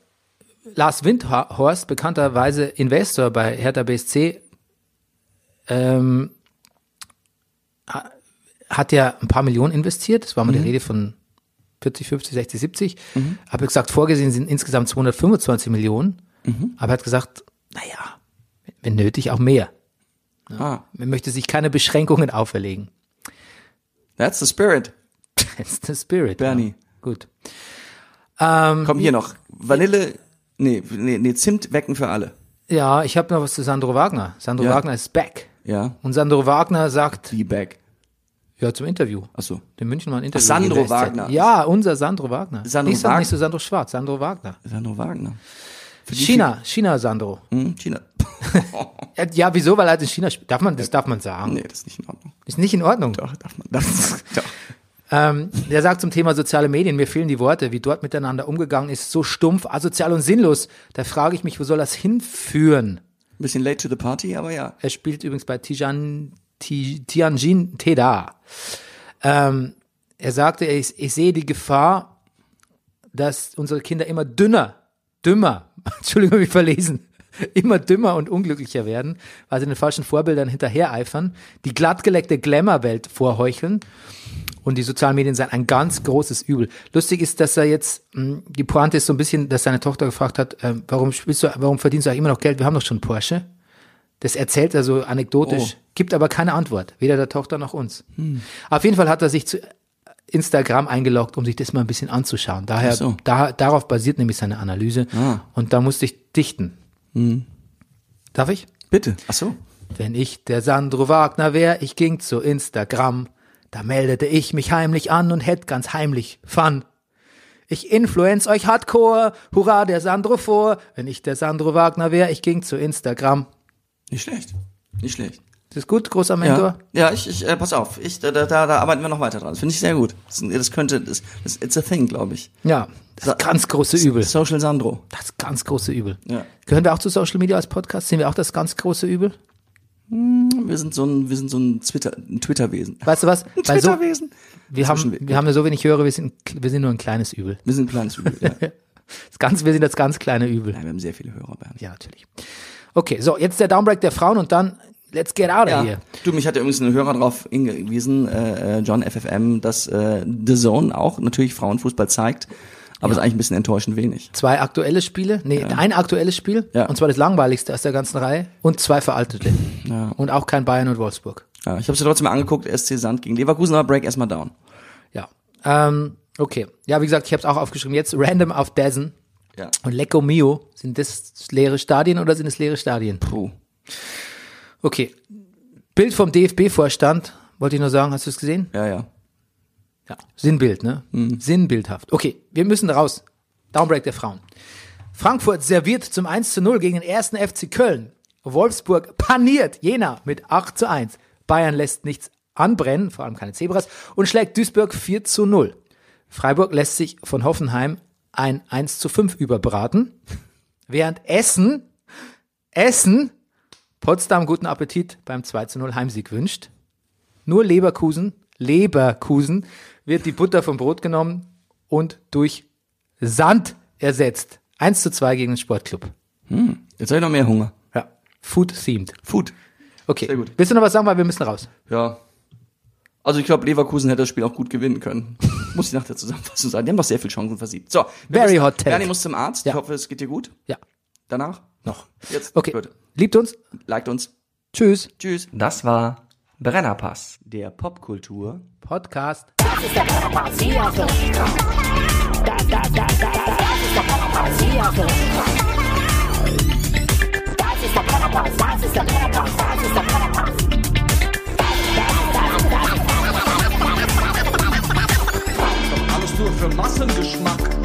Speaker 1: Lars Windhorst, bekannterweise Investor bei Hertha BSC, ähm, ha- hat ja ein paar Millionen investiert. Es war mal
Speaker 2: Mhm.
Speaker 1: die Rede von 40, 50, 60, 70. Aber gesagt, vorgesehen sind insgesamt 225 Millionen.
Speaker 2: Mhm.
Speaker 1: Aber er hat gesagt, naja, wenn nötig auch mehr.
Speaker 2: Ah,
Speaker 1: Man möchte sich keine Beschränkungen auferlegen.
Speaker 2: that's the spirit,
Speaker 1: That's the spirit.
Speaker 2: Bernie.
Speaker 1: Gut. Ähm,
Speaker 2: Komm hier noch. Vanille, nee, nee, nee, Zimt wecken für alle.
Speaker 1: ja, ich habe noch was zu Sandro Wagner. Sandro
Speaker 2: Ja.
Speaker 1: Wagner ist back.
Speaker 2: Ja.
Speaker 1: Und Sandro Wagner sagt,
Speaker 2: Die Back.
Speaker 1: ja, zum Interview.
Speaker 2: Ach so.
Speaker 1: Dem München mal ein Interview.
Speaker 2: Ach, Sandro
Speaker 1: gegeben.
Speaker 2: Wagner.
Speaker 1: Ja, unser Sandro Wagner.
Speaker 2: Sandro
Speaker 1: nicht, Sandro,
Speaker 2: Wagner.
Speaker 1: nicht so Sandro Schwarz, Sandro Wagner.
Speaker 2: Sandro Wagner. Für die
Speaker 1: China, China Sandro.
Speaker 2: Chi- Hm, China.
Speaker 1: Äh, Ja, wieso? Weil er halt in China spielt. Darf man, das darf man sagen.
Speaker 2: nee, das ist nicht in Ordnung.
Speaker 1: Ist nicht in Ordnung.
Speaker 2: Doch, darf man. Das, doch.
Speaker 1: Ähm, der sagt zum Thema soziale Medien, mir fehlen die Worte, wie dort miteinander umgegangen ist, so stumpf, asozial und sinnlos. Da frage ich mich, wo soll das hinführen?
Speaker 2: Ein bisschen late to the party, aber ja.
Speaker 1: Er spielt übrigens bei Tijan, Ti, Tianjin Teda. Ähm, er sagte, ich, ich sehe die Gefahr, dass unsere Kinder immer dünner, dümmer, Entschuldigung, wie verlesen, immer dümmer und unglücklicher werden, weil sie den falschen Vorbildern hinterhereifern, die glattgeleckte Glamour-Welt vorheucheln und die sozialen Medien seien ein ganz großes Übel. Lustig ist, dass er jetzt, mh, die Pointe ist so ein bisschen, dass seine Tochter gefragt hat, ähm, warum spielst du, warum verdienst du eigentlich immer noch Geld? Wir haben doch schon Porsche. Das erzählt er so anekdotisch,
Speaker 2: Oh. Hm.
Speaker 1: gibt aber keine Antwort, weder der Tochter noch uns. Auf jeden Fall hat er sich zu Instagram eingeloggt, um sich das mal ein bisschen anzuschauen. Daher,
Speaker 2: Ach so.
Speaker 1: da, darauf basiert nämlich seine Analyse.
Speaker 2: Ah. Hm.
Speaker 1: Und da musste ich dichten. Darf ich?
Speaker 2: Bitte. Ach so.
Speaker 1: Wenn ich der Sandro Wagner wär, ich ging zu Instagram. Da meldete ich mich heimlich an und hätt ganz heimlich Fun. Ich influenz euch hardcore, hurra der Sandro vor. Wenn ich der Sandro Wagner wär, ich ging zu Instagram.
Speaker 2: Nicht schlecht. Nicht schlecht.
Speaker 1: Ist das gut, großer
Speaker 2: Ja,
Speaker 1: Mentor?
Speaker 2: ja ich, ich äh, pass auf. Ich, da, da, da da arbeiten wir noch weiter dran. Das finde ich sehr gut. Das, das könnte, das, das, it's a thing, glaube ich.
Speaker 1: Ja. Das ist ganz große Übel.
Speaker 2: Social Sandro.
Speaker 1: Das ist ganz große Übel.
Speaker 2: Ja.
Speaker 1: Gehören wir auch zu Social Media als Podcast? Sind wir auch das ganz große Übel?
Speaker 2: Wir sind so ein, wir sind so ein Twitter, ein Twitterwesen.
Speaker 1: Weißt du was?
Speaker 2: Ein
Speaker 1: Weil so,
Speaker 2: Twitterwesen.
Speaker 1: wir haben,
Speaker 2: Zwischenweg.
Speaker 1: wir haben ja so wenig Hörer, wir sind, wir sind nur ein kleines Übel.
Speaker 2: Wir sind ein kleines Übel, ja.
Speaker 1: Das ganz, wir sind das ganz kleine Übel.
Speaker 2: Nein, wir haben sehr viele Hörer, Bernd.
Speaker 1: Ja, natürlich. Okay, so, jetzt der Downbreak der Frauen und dann let's get out of here.
Speaker 2: Du, mich hat übrigens ein Hörer darauf hingewiesen, äh, äh, John FFM, dass äh, The Zone auch natürlich Frauenfußball zeigt, aber es ist eigentlich ein bisschen enttäuschend wenig.
Speaker 1: Zwei aktuelle Spiele, nee, ein aktuelles Spiel,
Speaker 2: Ja.
Speaker 1: und zwar das langweiligste aus der ganzen Reihe, und zwei veraltete. Und auch kein Bayern und Wolfsburg.
Speaker 2: Ja, ich habe es ja trotzdem mal angeguckt, SC Sand gegen Leverkusen, aber Break erstmal down.
Speaker 1: Ja. Ähm, okay. Ja, wie gesagt, ich habe es auch aufgeschrieben. Jetzt random auf Dazen
Speaker 2: Ja.
Speaker 1: und Lecco Mio. Sind das leere Stadien oder sind es leere Stadien?
Speaker 2: Puh.
Speaker 1: Okay. Bild vom DFB-Vorstand. Wollte ich nur sagen, hast du es gesehen?
Speaker 2: Ja, ja.
Speaker 1: Ja. Sinnbild, ne? Sinnbildhaft. Okay, wir müssen raus. Downbreak der Frauen. Frankfurt serviert zum 1 zu 0 gegen den ersten FC Köln. Wolfsburg paniert Jena mit 8 zu 1. Bayern lässt nichts anbrennen, vor allem keine Zebras, und schlägt Duisburg 4 zu 0. Freiburg lässt sich von Hoffenheim ein 1 zu 5 überbraten, während Essen, Essen, Potsdam guten Appetit beim 2 zu 0 Heimsieg wünscht. Nur Leverkusen, Leverkusen wird die Butter vom Brot genommen und durch Sand ersetzt. 1 zu 2 gegen den Sportclub.
Speaker 2: Jetzt habe ich noch mehr Hunger.
Speaker 1: Ja. Food-themed.
Speaker 2: Food.
Speaker 1: Okay.
Speaker 2: Sehr gut.
Speaker 1: Willst du noch was sagen, weil wir müssen raus?
Speaker 2: Ja. Also ich glaube, Leverkusen hätte das Spiel auch gut gewinnen können. Muss ich nach der Zusammenfassung sagen. Die haben doch sehr viele Chancen versiebt. So. wir
Speaker 1: Very
Speaker 2: müssen-
Speaker 1: hot take.
Speaker 2: Bernie muss zum Arzt.
Speaker 1: Ja.
Speaker 2: Ich hoffe, es geht dir gut.
Speaker 1: Ja.
Speaker 2: Danach?
Speaker 1: Noch.
Speaker 2: Jetzt.
Speaker 1: Okay.
Speaker 2: Gut.
Speaker 1: Liebt uns.
Speaker 2: Liked uns.
Speaker 1: Tschüss.
Speaker 2: Tschüss.
Speaker 3: Das war Brennerpass.
Speaker 2: Der Popkultur.
Speaker 1: Podcast.
Speaker 4: Alles nur für Massengeschmack.